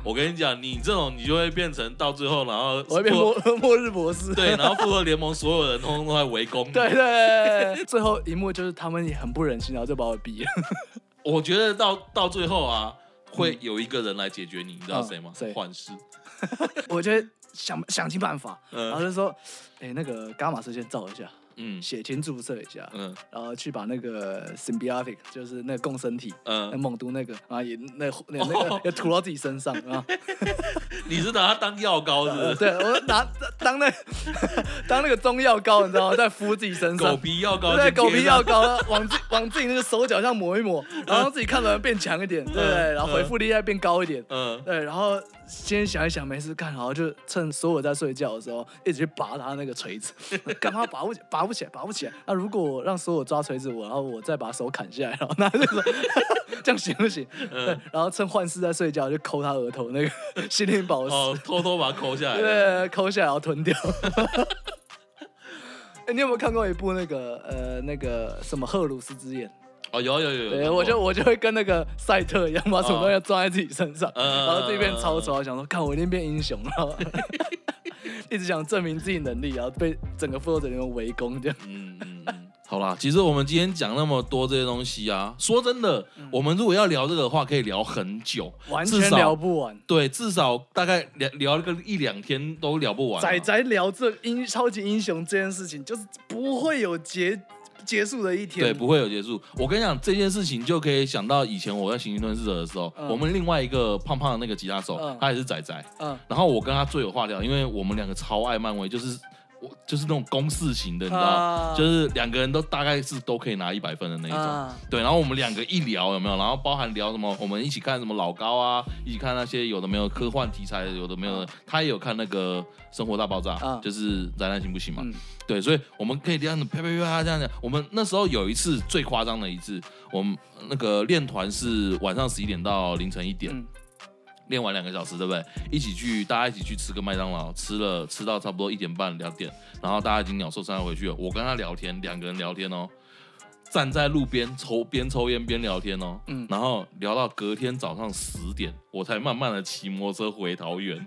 Speaker 1: 我跟你讲，你这种你就会变成到最后，然后
Speaker 2: 我会变
Speaker 1: 复
Speaker 2: 末 *laughs* 末日博士。
Speaker 1: 对，然后复合联盟所有人通通都在围攻。
Speaker 2: 对对，对对最后一幕就是他们也很不忍心，然后就把我毙了。 *laughs*
Speaker 1: 我觉得到到最后啊，会有一个人来解决你，你知道谁吗
Speaker 2: 嗯？谁
Speaker 1: 幻视。
Speaker 2: 我就会想想尽办法，
Speaker 1: 嗯
Speaker 2: 然后就说，哎、那个伽马射线照一下，
Speaker 1: 嗯
Speaker 2: 血清注射一下，
Speaker 1: 嗯
Speaker 2: 然后去把那个 symbiotic，就是那个共生体，那
Speaker 1: 嗯，哦
Speaker 2: 猛毒那个啊，也那那那个也涂到自己身上
Speaker 1: *laughs*
Speaker 2: 啊，
Speaker 1: 你是拿它当药膏是不
Speaker 2: 呃
Speaker 1: 是？
Speaker 2: 对我拿当那 *laughs* 当那个中药膏，你知道吗？在敷自己身
Speaker 1: 狗
Speaker 2: 上。
Speaker 1: 皮药膏
Speaker 2: 嗯对，
Speaker 1: 先贴上，
Speaker 2: 狗皮药膏往自往自己那个手脚上抹一抹，然后让自己看起来变强一点，对不对？
Speaker 1: 嗯
Speaker 2: 然后回复力再变高一点，
Speaker 1: 嗯，
Speaker 2: 对，然后先想一想没事干，然后就趁所有在睡觉的时候，一直去拔他那个锤子， *laughs* 干嘛拔不起，拔不起来，拔不起来。那如果我让所有抓锤子我，然后我再把手砍下来，然后拿那个， *laughs* 这样行不行？对，然后趁幻视在睡觉就抠他额
Speaker 1: 哦
Speaker 2: 头那个心灵宝石，
Speaker 1: 哦，偷偷把它抠下来。
Speaker 2: 对，抠下来然后吞掉。 *laughs* 哎你有没有看过一部那个呃那个什么《赫鲁斯之眼》？
Speaker 1: 哦，有有有有看
Speaker 2: 对，
Speaker 1: 过，
Speaker 2: 我就我就会跟那个赛特一样，把什么东西装在自己身上，
Speaker 1: 嗯
Speaker 2: 然后这边超丑，想说看我一定变英雄，然
Speaker 1: *laughs*
Speaker 2: 后一直想证明自己能力，然后被整个复仇者联盟围攻这样。
Speaker 1: 嗯嗯嗯，好啦，其实我们今天讲那么多这些东西啊，说真的，我们如果要聊这个的话，可以聊很久，
Speaker 2: 嗯完
Speaker 1: 至
Speaker 2: 全
Speaker 1: 少
Speaker 2: 聊不完，
Speaker 1: 对，至少大概聊聊个一两天都聊不完啊。
Speaker 2: 仔仔聊这英超级英雄这件事情，就是不会有结结束的一天。
Speaker 1: 对，不会有结束。我跟你讲这件事情，就可以想到以前我在行星吞噬者的时候，
Speaker 2: 嗯
Speaker 1: 我们另外一个胖胖的那个吉他手，
Speaker 2: 嗯
Speaker 1: 他也是仔仔，
Speaker 2: 嗯，
Speaker 1: 然后我跟他最有话聊，因为我们两个超爱漫威，就是我就是那种公式型的，你知道，
Speaker 2: 啊
Speaker 1: 就是两个人都大概是都可以拿一百分的那一种。
Speaker 2: 啊
Speaker 1: 对，然后我们两个一聊有没有？然后包含聊什么？我们一起看什么老高啊，一起看那些有的没有科幻题材的，有的没有的。他也有看那个《生活大爆炸》
Speaker 2: 啊
Speaker 1: 就是宅男行不行嘛？
Speaker 2: 嗯
Speaker 1: 对，所以我们可以这样子啪啪啪啪这样讲。我们那时候有一次最夸张的一次，我们那个练团是晚上十一点到凌晨一点，
Speaker 2: 嗯
Speaker 1: 练完两个小时，对不对？一起去，大家一起去吃个麦当劳，吃了吃到差不多一点半两点，然后大家已经鸟兽散要回去了。我跟他聊天，两个人聊天哦，站在路边抽边抽烟边聊天哦，
Speaker 2: 嗯
Speaker 1: 然后聊到隔天早上十点，我才慢慢的骑摩托车回桃园。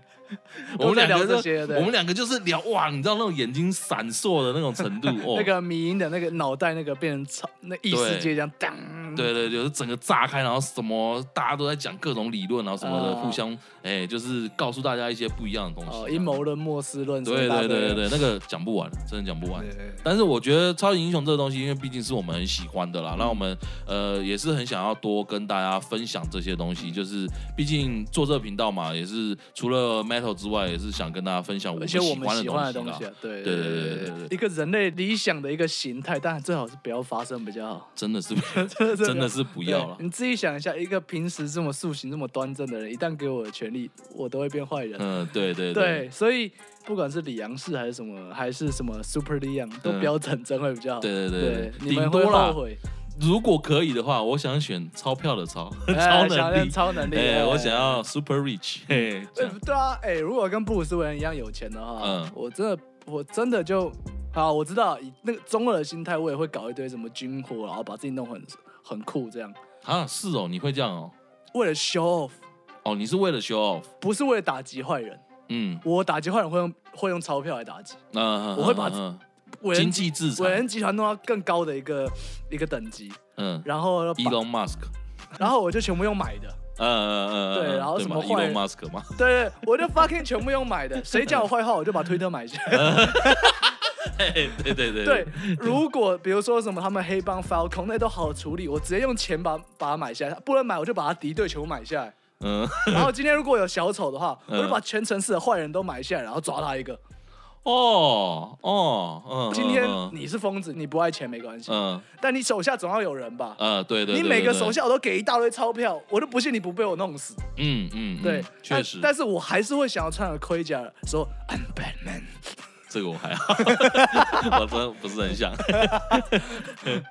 Speaker 1: 我
Speaker 2: *laughs* 都
Speaker 1: 们
Speaker 2: 在
Speaker 1: 两个
Speaker 2: 聊这
Speaker 1: 就
Speaker 2: 些对
Speaker 1: 我们两个就是聊哇，你知道那种眼睛闪烁的那种
Speaker 2: *laughs*
Speaker 1: 程度哦，
Speaker 2: 那个迷音的那个脑袋那个变成超那异世界这样当，
Speaker 1: 对对，就是整个炸开，然后什么大家都在讲各种理论，然后什么的，
Speaker 2: 啊
Speaker 1: 互相哎，就是告诉大家一些不一样的东西。
Speaker 2: 哦，阴谋论、末世论，
Speaker 1: 对对对对对，那个讲不完，真的讲不完。
Speaker 2: 对，
Speaker 1: 但是我觉得超级英雄这个东西，因为毕竟是我们很喜欢的啦，那我们呃也是很想要多跟大家分享这些东西，就是毕竟做这个频道嘛，也是除了 metal 之外，也是想跟大家分享我
Speaker 2: 而
Speaker 1: 们
Speaker 2: 且我们喜欢的
Speaker 1: 的
Speaker 2: 东
Speaker 1: 啦
Speaker 2: 西。啊，对
Speaker 1: 对对对对对
Speaker 2: 一个人类理想的一个形态，但最好是不要发生比较好。
Speaker 1: 真
Speaker 2: *laughs*
Speaker 1: 的是
Speaker 2: 真
Speaker 1: 真的是不
Speaker 2: 不
Speaker 1: 要了。
Speaker 2: 你自己想一下，一个平时这么塑形、这么端正的人，一旦给我的权利，我都会变坏人。
Speaker 1: 嗯，对对
Speaker 2: 对，所以不管是李阳氏还是什么，还是什么 Super 李阳，都不要整真会比较好。
Speaker 1: 嗯对对对对
Speaker 2: 你们
Speaker 1: 顶
Speaker 2: 会
Speaker 1: 多啦
Speaker 2: 后悔。
Speaker 1: 如果可以的话，我想选钞票的钞，
Speaker 2: 哎
Speaker 1: *laughs* *laughs* 超
Speaker 2: 想
Speaker 1: 能
Speaker 2: 练
Speaker 1: 力。
Speaker 2: 超能力。
Speaker 1: 哎，
Speaker 2: 哎
Speaker 1: 我想要 super
Speaker 2: *laughs*
Speaker 1: rich。嘿，这
Speaker 2: 呃
Speaker 1: 样，
Speaker 2: 对啊，哎、如果跟布鲁斯韦恩一样有钱的话，
Speaker 1: 嗯
Speaker 2: 我真的我真的就好，我知道以那个中二的心态，我也会搞一堆什么军火，然后把自己弄很很酷这样，
Speaker 1: 啊，是哦，你会这样哦。
Speaker 2: 为了 show off，
Speaker 1: 哦，你是为了 show off，
Speaker 2: 不是为了打击坏人。
Speaker 1: 嗯，
Speaker 2: 我打击坏人会用会用钞票来打击，
Speaker 1: 嗯，
Speaker 2: 我会把
Speaker 1: 嗯
Speaker 2: 韦
Speaker 1: 经
Speaker 2: 恩
Speaker 1: 济制
Speaker 2: 韦
Speaker 1: 裁，
Speaker 2: 恩集团弄到更高的一个一个等级，
Speaker 1: 嗯
Speaker 2: 然后把
Speaker 1: ，Elon Musk，
Speaker 2: 然后我就全部用买的，
Speaker 1: 嗯嗯嗯，
Speaker 2: 对然后什么坏
Speaker 1: ，Elon
Speaker 2: 人
Speaker 1: Musk 嘛， *laughs*
Speaker 2: 对，对我就 fucking 全部用买的，谁讲我坏话我就把推特买下来。
Speaker 1: 嘿对对对
Speaker 2: 对，，如果比如说什么他们黑帮 Falcon 那都好处理，我直接用钱把把它买下来，不能买我就把他敌对全部买
Speaker 1: *laughs*
Speaker 2: 下来。
Speaker 1: 嗯，
Speaker 2: 然后今天如果有小丑的话，
Speaker 1: 嗯
Speaker 2: 我就把全城市的坏人都买下来，然后抓他一个。
Speaker 1: 哦哦，嗯，
Speaker 2: 今天
Speaker 1: 嗯
Speaker 2: 你是疯子，你不爱钱没关系，
Speaker 1: 嗯
Speaker 2: 但你手下总要有人吧？
Speaker 1: 呃，对对，
Speaker 2: 你
Speaker 1: 对
Speaker 2: 每个
Speaker 1: 对
Speaker 2: 手下我都给一大堆钞票，我都不信你不被我弄死。
Speaker 1: 嗯嗯，嗯
Speaker 2: 对，
Speaker 1: 确实，
Speaker 2: 但，但是我还是会想要穿着盔甲说 I'm Batman， *laughs*
Speaker 1: 这个我还好， *laughs* 我真不是很想，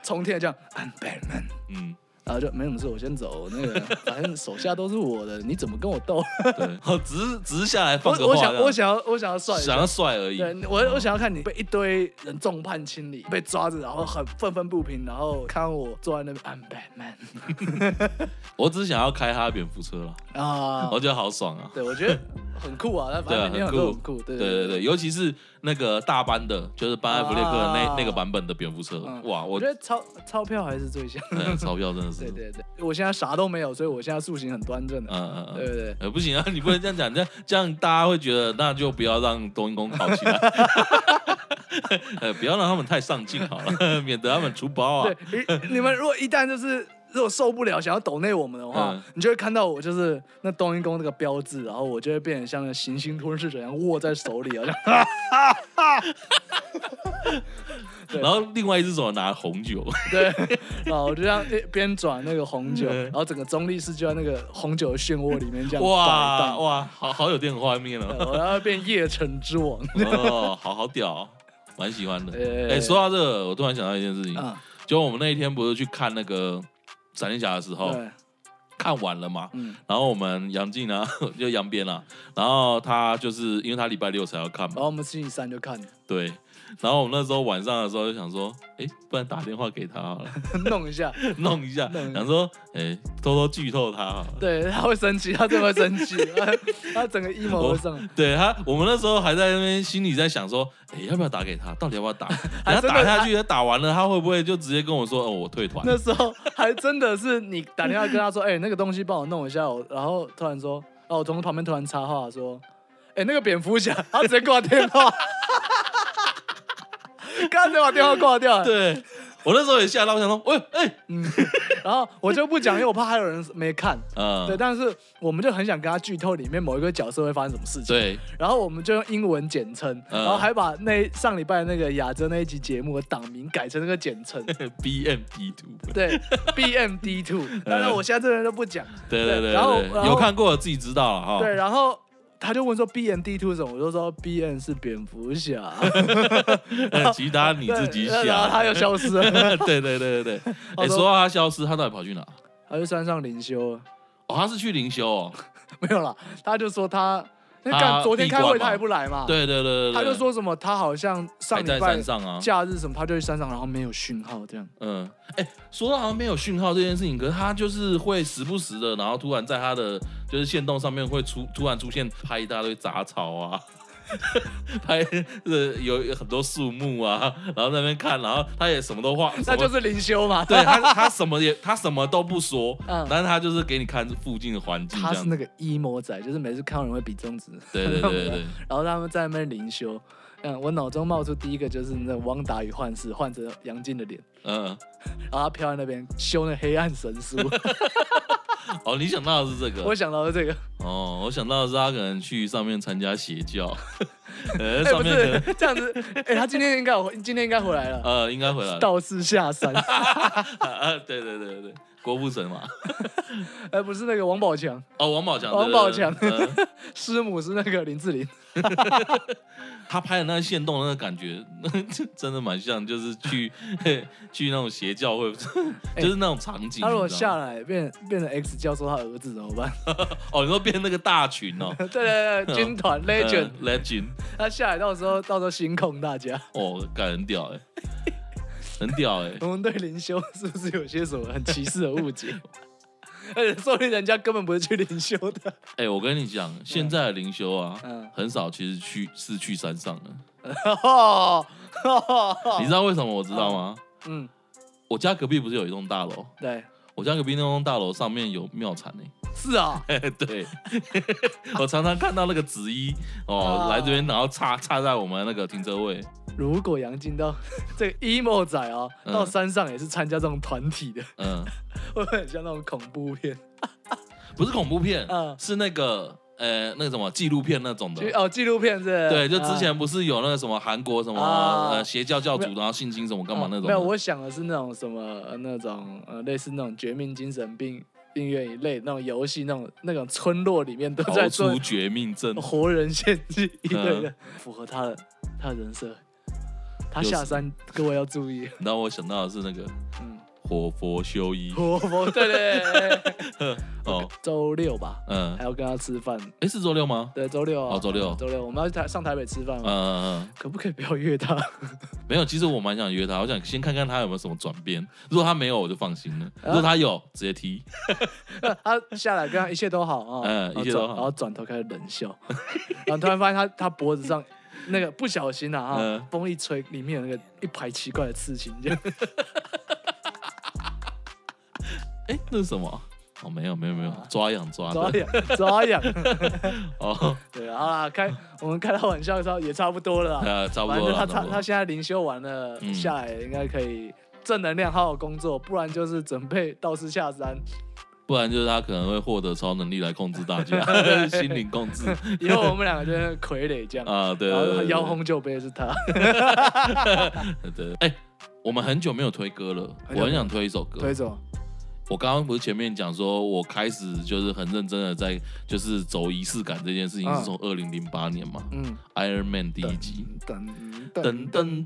Speaker 2: 从天而降 I'm Batman，
Speaker 1: 嗯。
Speaker 2: 然后就没什么事，我先走。那个反正手下都是我的，你怎么跟我斗？
Speaker 1: 对，哦，只是只是下来放个
Speaker 2: 我我
Speaker 1: 话
Speaker 2: 想
Speaker 1: 这样，
Speaker 2: 我想要我想要帅一
Speaker 1: 想
Speaker 2: 下，
Speaker 1: 要帅而已。
Speaker 2: 对我我想要看你被一堆人众叛亲离，被抓着，然后很愤愤不平，然后看到我坐在那边 I'm Batman
Speaker 1: 我只是想要开哈蝙蝠车了，
Speaker 2: *laughs* 啊
Speaker 1: 我，觉得好爽啊！
Speaker 2: 对我觉得很
Speaker 1: *laughs*
Speaker 2: 酷啊，那
Speaker 1: 对
Speaker 2: 反
Speaker 1: 啊，
Speaker 2: 正里面
Speaker 1: 很
Speaker 2: 很多
Speaker 1: 酷，
Speaker 2: 很酷，对
Speaker 1: 对
Speaker 2: 对
Speaker 1: 对对，尤其是那个大班的，就是班艾弗列克的那
Speaker 2: 啊
Speaker 1: 那个版本的蝙蝠车，
Speaker 2: 嗯
Speaker 1: 哇，我
Speaker 2: 我觉得钞钞票还是最像， *laughs*
Speaker 1: 哎钞票真的是
Speaker 2: 对，对对，我现在啥都没有，所以我现在塑形很端正的，
Speaker 1: 嗯嗯
Speaker 2: 对
Speaker 1: 嗯。
Speaker 2: 对对。
Speaker 1: 呃，不行啊！你不能这样讲，这样这样大家会觉得，那就不要让冬阴功考起来， *laughs* 呃，不要让他们太上进好了， *laughs* 免得他们出包啊。
Speaker 2: 对，你你们如果一旦就是如果受不了，想要抖内我们的话，
Speaker 1: 嗯
Speaker 2: 你就会看到我就是那冬阴功那个标志，然后我就会变成像那行星吞噬者一样握在手里，好像对
Speaker 1: 然后另外一只手拿红酒，
Speaker 2: *laughs* 对，然后我就这样一边转那个红酒，
Speaker 1: 嗯
Speaker 2: 然后整个中立市就在那个红酒的漩涡里面这样摆
Speaker 1: 哇
Speaker 2: 荡
Speaker 1: 哇，好好有电影画面
Speaker 2: *laughs*
Speaker 1: 哦。
Speaker 2: 对，然后变夜城之王
Speaker 1: 哦，好好屌、哦，蛮喜欢的。
Speaker 2: 哎
Speaker 1: 哎、说到这个，我突然想到一件事情，
Speaker 2: 啊，
Speaker 1: 哦就我们那一天不是去看那个闪电侠的时候，
Speaker 2: 对，
Speaker 1: 看完了嘛，
Speaker 2: 嗯
Speaker 1: 然后我们杨静啊， *laughs* 就杨边啊，然后他就是因为他礼拜六才要看嘛
Speaker 2: 然，后我们星期三就看，
Speaker 1: 对，然后我们那时候晚上的时候就想说，哎，不然打电话给他好了， *laughs*
Speaker 2: 弄一下，
Speaker 1: 弄一下
Speaker 2: 弄一下，
Speaker 1: 想说，哎，偷偷剧透他好了。
Speaker 2: 对，他会生气，他真的会生气，他他整个 emo
Speaker 1: 我
Speaker 2: 会上来，
Speaker 1: 对他，我们那时候还在那边心里在想说，哎，要不要打给他？到底要不
Speaker 2: *laughs*
Speaker 1: 要打？等他
Speaker 2: 还真的
Speaker 1: 打下去，他打完了，他会不会就直接跟我说，哦，我退团？
Speaker 2: 那时候还真的是你打电话跟他说，哎、那个东西帮我弄一下，我然后突然说，哦，我从旁边突然插话说，哎、那个蝙蝠侠，他直接挂电话， *laughs* 刚才把电话挂掉，
Speaker 1: 对，我那时候也吓到，我想说，喂，哎，
Speaker 2: 嗯 *laughs* 然后我就不讲，因为我怕还有人没看，对，
Speaker 1: 嗯，
Speaker 2: 但是我们就很想跟他剧透里面某一个角色会发生什么事情，
Speaker 1: 对，
Speaker 2: 然后我们就用英文简称，
Speaker 1: 嗯
Speaker 2: 然后还把那上礼拜那个雅哲那一集节目的档名改成那个简
Speaker 1: *laughs*
Speaker 2: 称，
Speaker 1: B M D two，
Speaker 2: 对
Speaker 1: *laughs*
Speaker 2: ，BMD Two，但
Speaker 1: 嗯
Speaker 2: 是我现在这边都不讲。
Speaker 1: 对对对
Speaker 2: 然后然
Speaker 1: 对，
Speaker 2: 后
Speaker 1: 有看过的自己知道了哈。 *laughs*
Speaker 2: 对，然后他就问说 B N D two 什么，我就说 B N 是蝙蝠侠，
Speaker 1: 呃其他 *laughs* 你自己 *laughs*
Speaker 2: 对然后
Speaker 1: 想。
Speaker 2: 他又消失了，
Speaker 1: 对对对对对，
Speaker 2: *laughs*
Speaker 1: 哎、
Speaker 2: 好的
Speaker 1: 说到他消失，他到底跑去哪？
Speaker 2: 他去山上灵修了，
Speaker 1: 哦，他是去灵修哦。
Speaker 2: 没有啦，他就说他，因为
Speaker 1: 他
Speaker 2: 干昨天
Speaker 1: 闭
Speaker 2: 开
Speaker 1: 关
Speaker 2: 会
Speaker 1: 嘛
Speaker 2: 他也不来嘛，，
Speaker 1: 对对对对对，
Speaker 2: 啊他就说什么他好像上
Speaker 1: 还在
Speaker 2: 礼拜
Speaker 1: 山上啊。
Speaker 2: 假日什么，他就去山上，然后没有讯号这样，
Speaker 1: 嗯，哎、说到好像没有讯号这件事情，可是他就是会时不时的，然后突然在他的就是线动上面会出突然出现拍一大堆杂草啊。 *laughs* 拍呃有有很多树木啊，然后在那边看，然后他也什么都画，
Speaker 2: 那
Speaker 1: 什么
Speaker 2: 就是灵修嘛，
Speaker 1: *laughs* 对他他什么也他什么都不说，
Speaker 2: 嗯
Speaker 1: 但是他就是给你看附近的环境
Speaker 2: 他哎
Speaker 1: 这样
Speaker 2: 是
Speaker 1: 子，
Speaker 2: 那个 emo 仔，就是每次看到人会比中指，
Speaker 1: 对对对对对。
Speaker 2: 然后他们在那边灵修。嗯，我脑中冒出第一个就是那种汪达与幻视，换成杨静的脸，
Speaker 1: 嗯，
Speaker 2: 然后他飘在那边修那黑暗神
Speaker 1: *laughs*
Speaker 2: 书，
Speaker 1: 哦，你想到的是这个
Speaker 2: 我，想到了这个，
Speaker 1: 哦，我想到的是他可能去上面参加邪教， *laughs* 呃，
Speaker 2: 哎、
Speaker 1: 上
Speaker 2: 不
Speaker 1: 面可能
Speaker 2: 是这样子，哎、他今天应该有今天应该回来了，
Speaker 1: 呃应该
Speaker 2: *laughs*
Speaker 1: 回来了，
Speaker 2: 道士
Speaker 1: *laughs*
Speaker 2: 下山，哎、
Speaker 1: 啊啊，对对对对，郭富城嘛，
Speaker 2: 哎不是那个王宝强，
Speaker 1: 哦，王宝强，
Speaker 2: 王
Speaker 1: 对
Speaker 2: 宝
Speaker 1: 对对呃
Speaker 2: 师母是那个林志玲，
Speaker 1: 他拍的那个线动那个感觉， *laughs* 真的蛮像，就是去嘿去那种邪教会， *laughs* 就是那种场景。
Speaker 2: 哎他如果
Speaker 1: 你知道
Speaker 2: 下
Speaker 1: 吗
Speaker 2: 来变变成 X 教授他儿子怎么办？
Speaker 1: 哦，你说变那个大群哦
Speaker 2: *laughs* 对对
Speaker 1: *laughs*
Speaker 2: 对，军团 Legend，、
Speaker 1: 呃 Legend，
Speaker 2: 他下来到时候到时候心控大家，
Speaker 1: 哦，感很屌哎，很屌哎，
Speaker 2: 我们对灵修是不是有些什么很歧视的误解？ *laughs* 而且说不定人家根本不是去灵修的， *laughs*
Speaker 1: 哎，我跟你讲，现在的灵修啊
Speaker 2: 嗯，
Speaker 1: 很少其实去是去山上的。
Speaker 2: 哦，
Speaker 1: 你知道为什么我知道吗？
Speaker 2: 嗯，
Speaker 1: 我家隔壁不是有一栋大楼？
Speaker 2: 对，
Speaker 1: 我家隔壁那栋大楼上面有庙产呢、
Speaker 2: 是啊，
Speaker 1: 对， *laughs* 我常常看到那个紫衣哦、
Speaker 2: 啊
Speaker 1: 来这边，然后插插在我们那个停车位。
Speaker 2: 如果杨金到这个 emo 仔啊，
Speaker 1: 嗯
Speaker 2: 到山上也是参加这种团体的，
Speaker 1: 嗯，
Speaker 2: 会不会很像那种恐怖片？
Speaker 1: 不是恐怖片，
Speaker 2: 嗯
Speaker 1: 是那个呃那个什么纪录片那种的
Speaker 2: 其实。哦，纪录片是不是？
Speaker 1: 对，就之前
Speaker 2: 啊
Speaker 1: 不是有那个什么韩国什么、
Speaker 2: 啊哦
Speaker 1: 呃邪教教主，然后性侵什么干嘛那种的、
Speaker 2: 嗯没有，我想的是那种什么呃那种呃，类似那种绝命精神病病院一类那种游戏，那种那种村落里面都在哦
Speaker 1: 逃
Speaker 2: 做
Speaker 1: 出嗯绝命镇，
Speaker 2: 活人献祭一类的，符合他的他的人设。他
Speaker 1: 有
Speaker 2: 下
Speaker 1: 时
Speaker 2: 山，各位要注意。
Speaker 1: 然后我想到的是那个
Speaker 2: 嗯，
Speaker 1: 活佛修一
Speaker 2: 活佛，对对对对
Speaker 1: *laughs*
Speaker 2: 对。
Speaker 1: 哦，
Speaker 2: 周六吧，
Speaker 1: 嗯，
Speaker 2: 还要跟他吃饭。
Speaker 1: 哎是周六吗？
Speaker 2: 对，周六啊。
Speaker 1: 哦周六
Speaker 2: 周六我们要去台上台北吃饭
Speaker 1: 嗯
Speaker 2: 嘛。
Speaker 1: 嗯嗯。
Speaker 2: 可不可以不要约他？
Speaker 1: 没有，其实我蛮想约他，我想先看看他有没有什么转变。如果他没有，我就放心了；如
Speaker 2: 啊
Speaker 1: 果他有，直接踢。
Speaker 2: 他下来跟他一切都好啊，
Speaker 1: 嗯
Speaker 2: 然后
Speaker 1: 一切都好
Speaker 2: 转然后转头开始冷笑， *laughs* 然后突然发现他他脖子上那个不小心啊，
Speaker 1: 嗯
Speaker 2: 哈，风一吹，里面有那个一排奇怪的刺青，
Speaker 1: *laughs*
Speaker 2: 这样
Speaker 1: 哎，那是什么？哦，没有，没有，没有
Speaker 2: 啊，
Speaker 1: 抓痒抓
Speaker 2: 抓
Speaker 1: 的。
Speaker 2: 痒抓痒。
Speaker 1: 哦，
Speaker 2: 对，好啦，开我们开到玩笑的时候也差不多了啦，
Speaker 1: 呃，差不
Speaker 2: 啊反
Speaker 1: 多
Speaker 2: 正
Speaker 1: 了，
Speaker 2: 他
Speaker 1: 差
Speaker 2: 他
Speaker 1: 不
Speaker 2: 他
Speaker 1: 多。
Speaker 2: 现在灵修完了
Speaker 1: 嗯
Speaker 2: 下来，应该可以正能量好好工作，不然就是准备道士
Speaker 1: *laughs*
Speaker 2: 下山，
Speaker 1: 不然就是他可能会获得超能力来控制大
Speaker 2: *laughs*
Speaker 1: 家，心灵控制。
Speaker 2: 以后我们两个就是傀儡这样。
Speaker 1: 啊，对
Speaker 2: *laughs* 然
Speaker 1: 对
Speaker 2: 后
Speaker 1: 对
Speaker 2: 摇
Speaker 1: 对
Speaker 2: 红酒杯是他，
Speaker 1: 对。对哎，我们很久没有推歌了，
Speaker 2: 很久没有
Speaker 1: 我很想推一首歌
Speaker 2: 推。走，
Speaker 1: 我刚刚不是前面讲说，我开始就是很认真的在就是走仪式感这件事情，
Speaker 2: 嗯
Speaker 1: 是从二零零八年嘛，
Speaker 2: 嗯，
Speaker 1: 《Iron Man》第一集。
Speaker 2: 噔
Speaker 1: 噔噔
Speaker 2: 噔
Speaker 1: 噔噔噔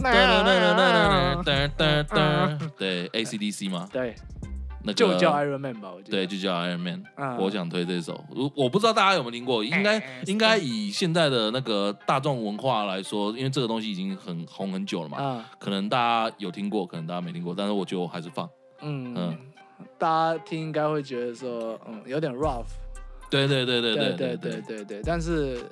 Speaker 1: 噔噔噔噔噔，对，ACDC 嘛，
Speaker 2: 对，
Speaker 1: 那个
Speaker 2: 嗯 *laughs* 就叫 Iron Man 吧，我记得。
Speaker 1: 呃对，就叫 Iron Man。
Speaker 2: 嗯哎
Speaker 1: 我想推这首，我我不知道大家有没有听过，应该应该以现在的那个大众文化来说，因为这个东西已经很红很久了嘛，
Speaker 2: 啊，
Speaker 1: 可能大家有听过，可能大家没听过，但是我觉得我还是放。
Speaker 2: 嗯
Speaker 1: 嗯
Speaker 2: 大家听应该会觉得说，嗯，有点 rough，
Speaker 1: 对对对对
Speaker 2: 对
Speaker 1: 对
Speaker 2: 对，对对，但是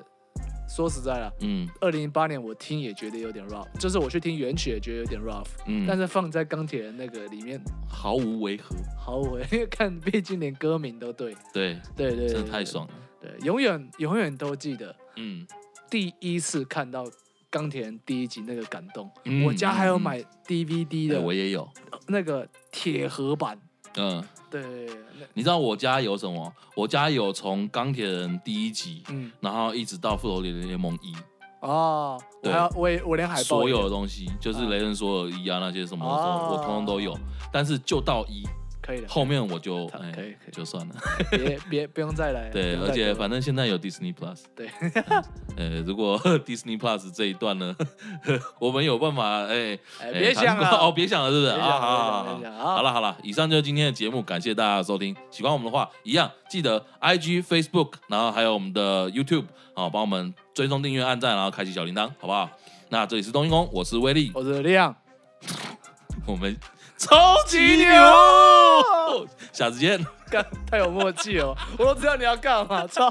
Speaker 2: 说实在了。
Speaker 1: 嗯
Speaker 2: 二零一八年我听也觉得有点 rough，就是我去听原曲也觉得有点 rough，、
Speaker 1: 嗯，
Speaker 2: 但是放在钢铁人那个里面
Speaker 1: 毫无违和，
Speaker 2: 毫无， *laughs* 因为看毕竟连歌名都对，
Speaker 1: 对，
Speaker 2: 对对对，
Speaker 1: 真的太爽了。
Speaker 2: 对，对，永远永远都记得
Speaker 1: 嗯，
Speaker 2: 第一次看到钢铁人第一集那个感动，
Speaker 1: 嗯
Speaker 2: 我家还有
Speaker 1: 嗯
Speaker 2: 买 DVD
Speaker 1: 哎我
Speaker 2: 的
Speaker 1: 也有。
Speaker 2: 那个铁盒版，
Speaker 1: 嗯，
Speaker 2: 对对，对那
Speaker 1: 你知道我家有什么？我家有从钢铁人第一集，
Speaker 2: 嗯
Speaker 1: 然后一直到复仇者联盟一，
Speaker 2: 哦，我
Speaker 1: 对
Speaker 2: 还要我也我连海报
Speaker 1: 所
Speaker 2: 也
Speaker 1: 有的东西，就是雷神索尔一啊那些什么什么，
Speaker 2: 哦
Speaker 1: 我通通都有。但是就到一
Speaker 2: 可以了，
Speaker 1: 后面我就
Speaker 2: 可以可以
Speaker 1: 哎
Speaker 2: 可以
Speaker 1: 就算了。
Speaker 2: 别别不用再来，
Speaker 1: 对，
Speaker 2: 不用
Speaker 1: 而
Speaker 2: 再
Speaker 1: 且
Speaker 2: 给我
Speaker 1: 反正现在有 Disney Plus。 *laughs*
Speaker 2: 对
Speaker 1: 嗯，呃，如果 *laughs* Disney Plus 这一段呢， *laughs* 我们有办法哎
Speaker 2: 哎
Speaker 1: 哎
Speaker 2: 别
Speaker 1: 谈
Speaker 2: 想
Speaker 1: 过
Speaker 2: 了
Speaker 1: 哦，别想了，是不是
Speaker 2: 别
Speaker 1: 啊？
Speaker 2: 想了
Speaker 1: 好好好
Speaker 2: 别想了别想了
Speaker 1: 好，好了好了，以上就是今天的节目，感谢大家的收听。喜欢我们的话，一样记得 IG、Facebook，然后还有我们的 YouTube，好，帮我们追踪、订阅、按赞，然后开启小铃铛，好不好？那这里是冬阴功，我是威力，
Speaker 2: 我的量。
Speaker 1: 我们 *laughs* 超级
Speaker 2: *laughs*
Speaker 1: 牛，下次见。
Speaker 2: 干太有默契哦！我都知道你要干嘛，操！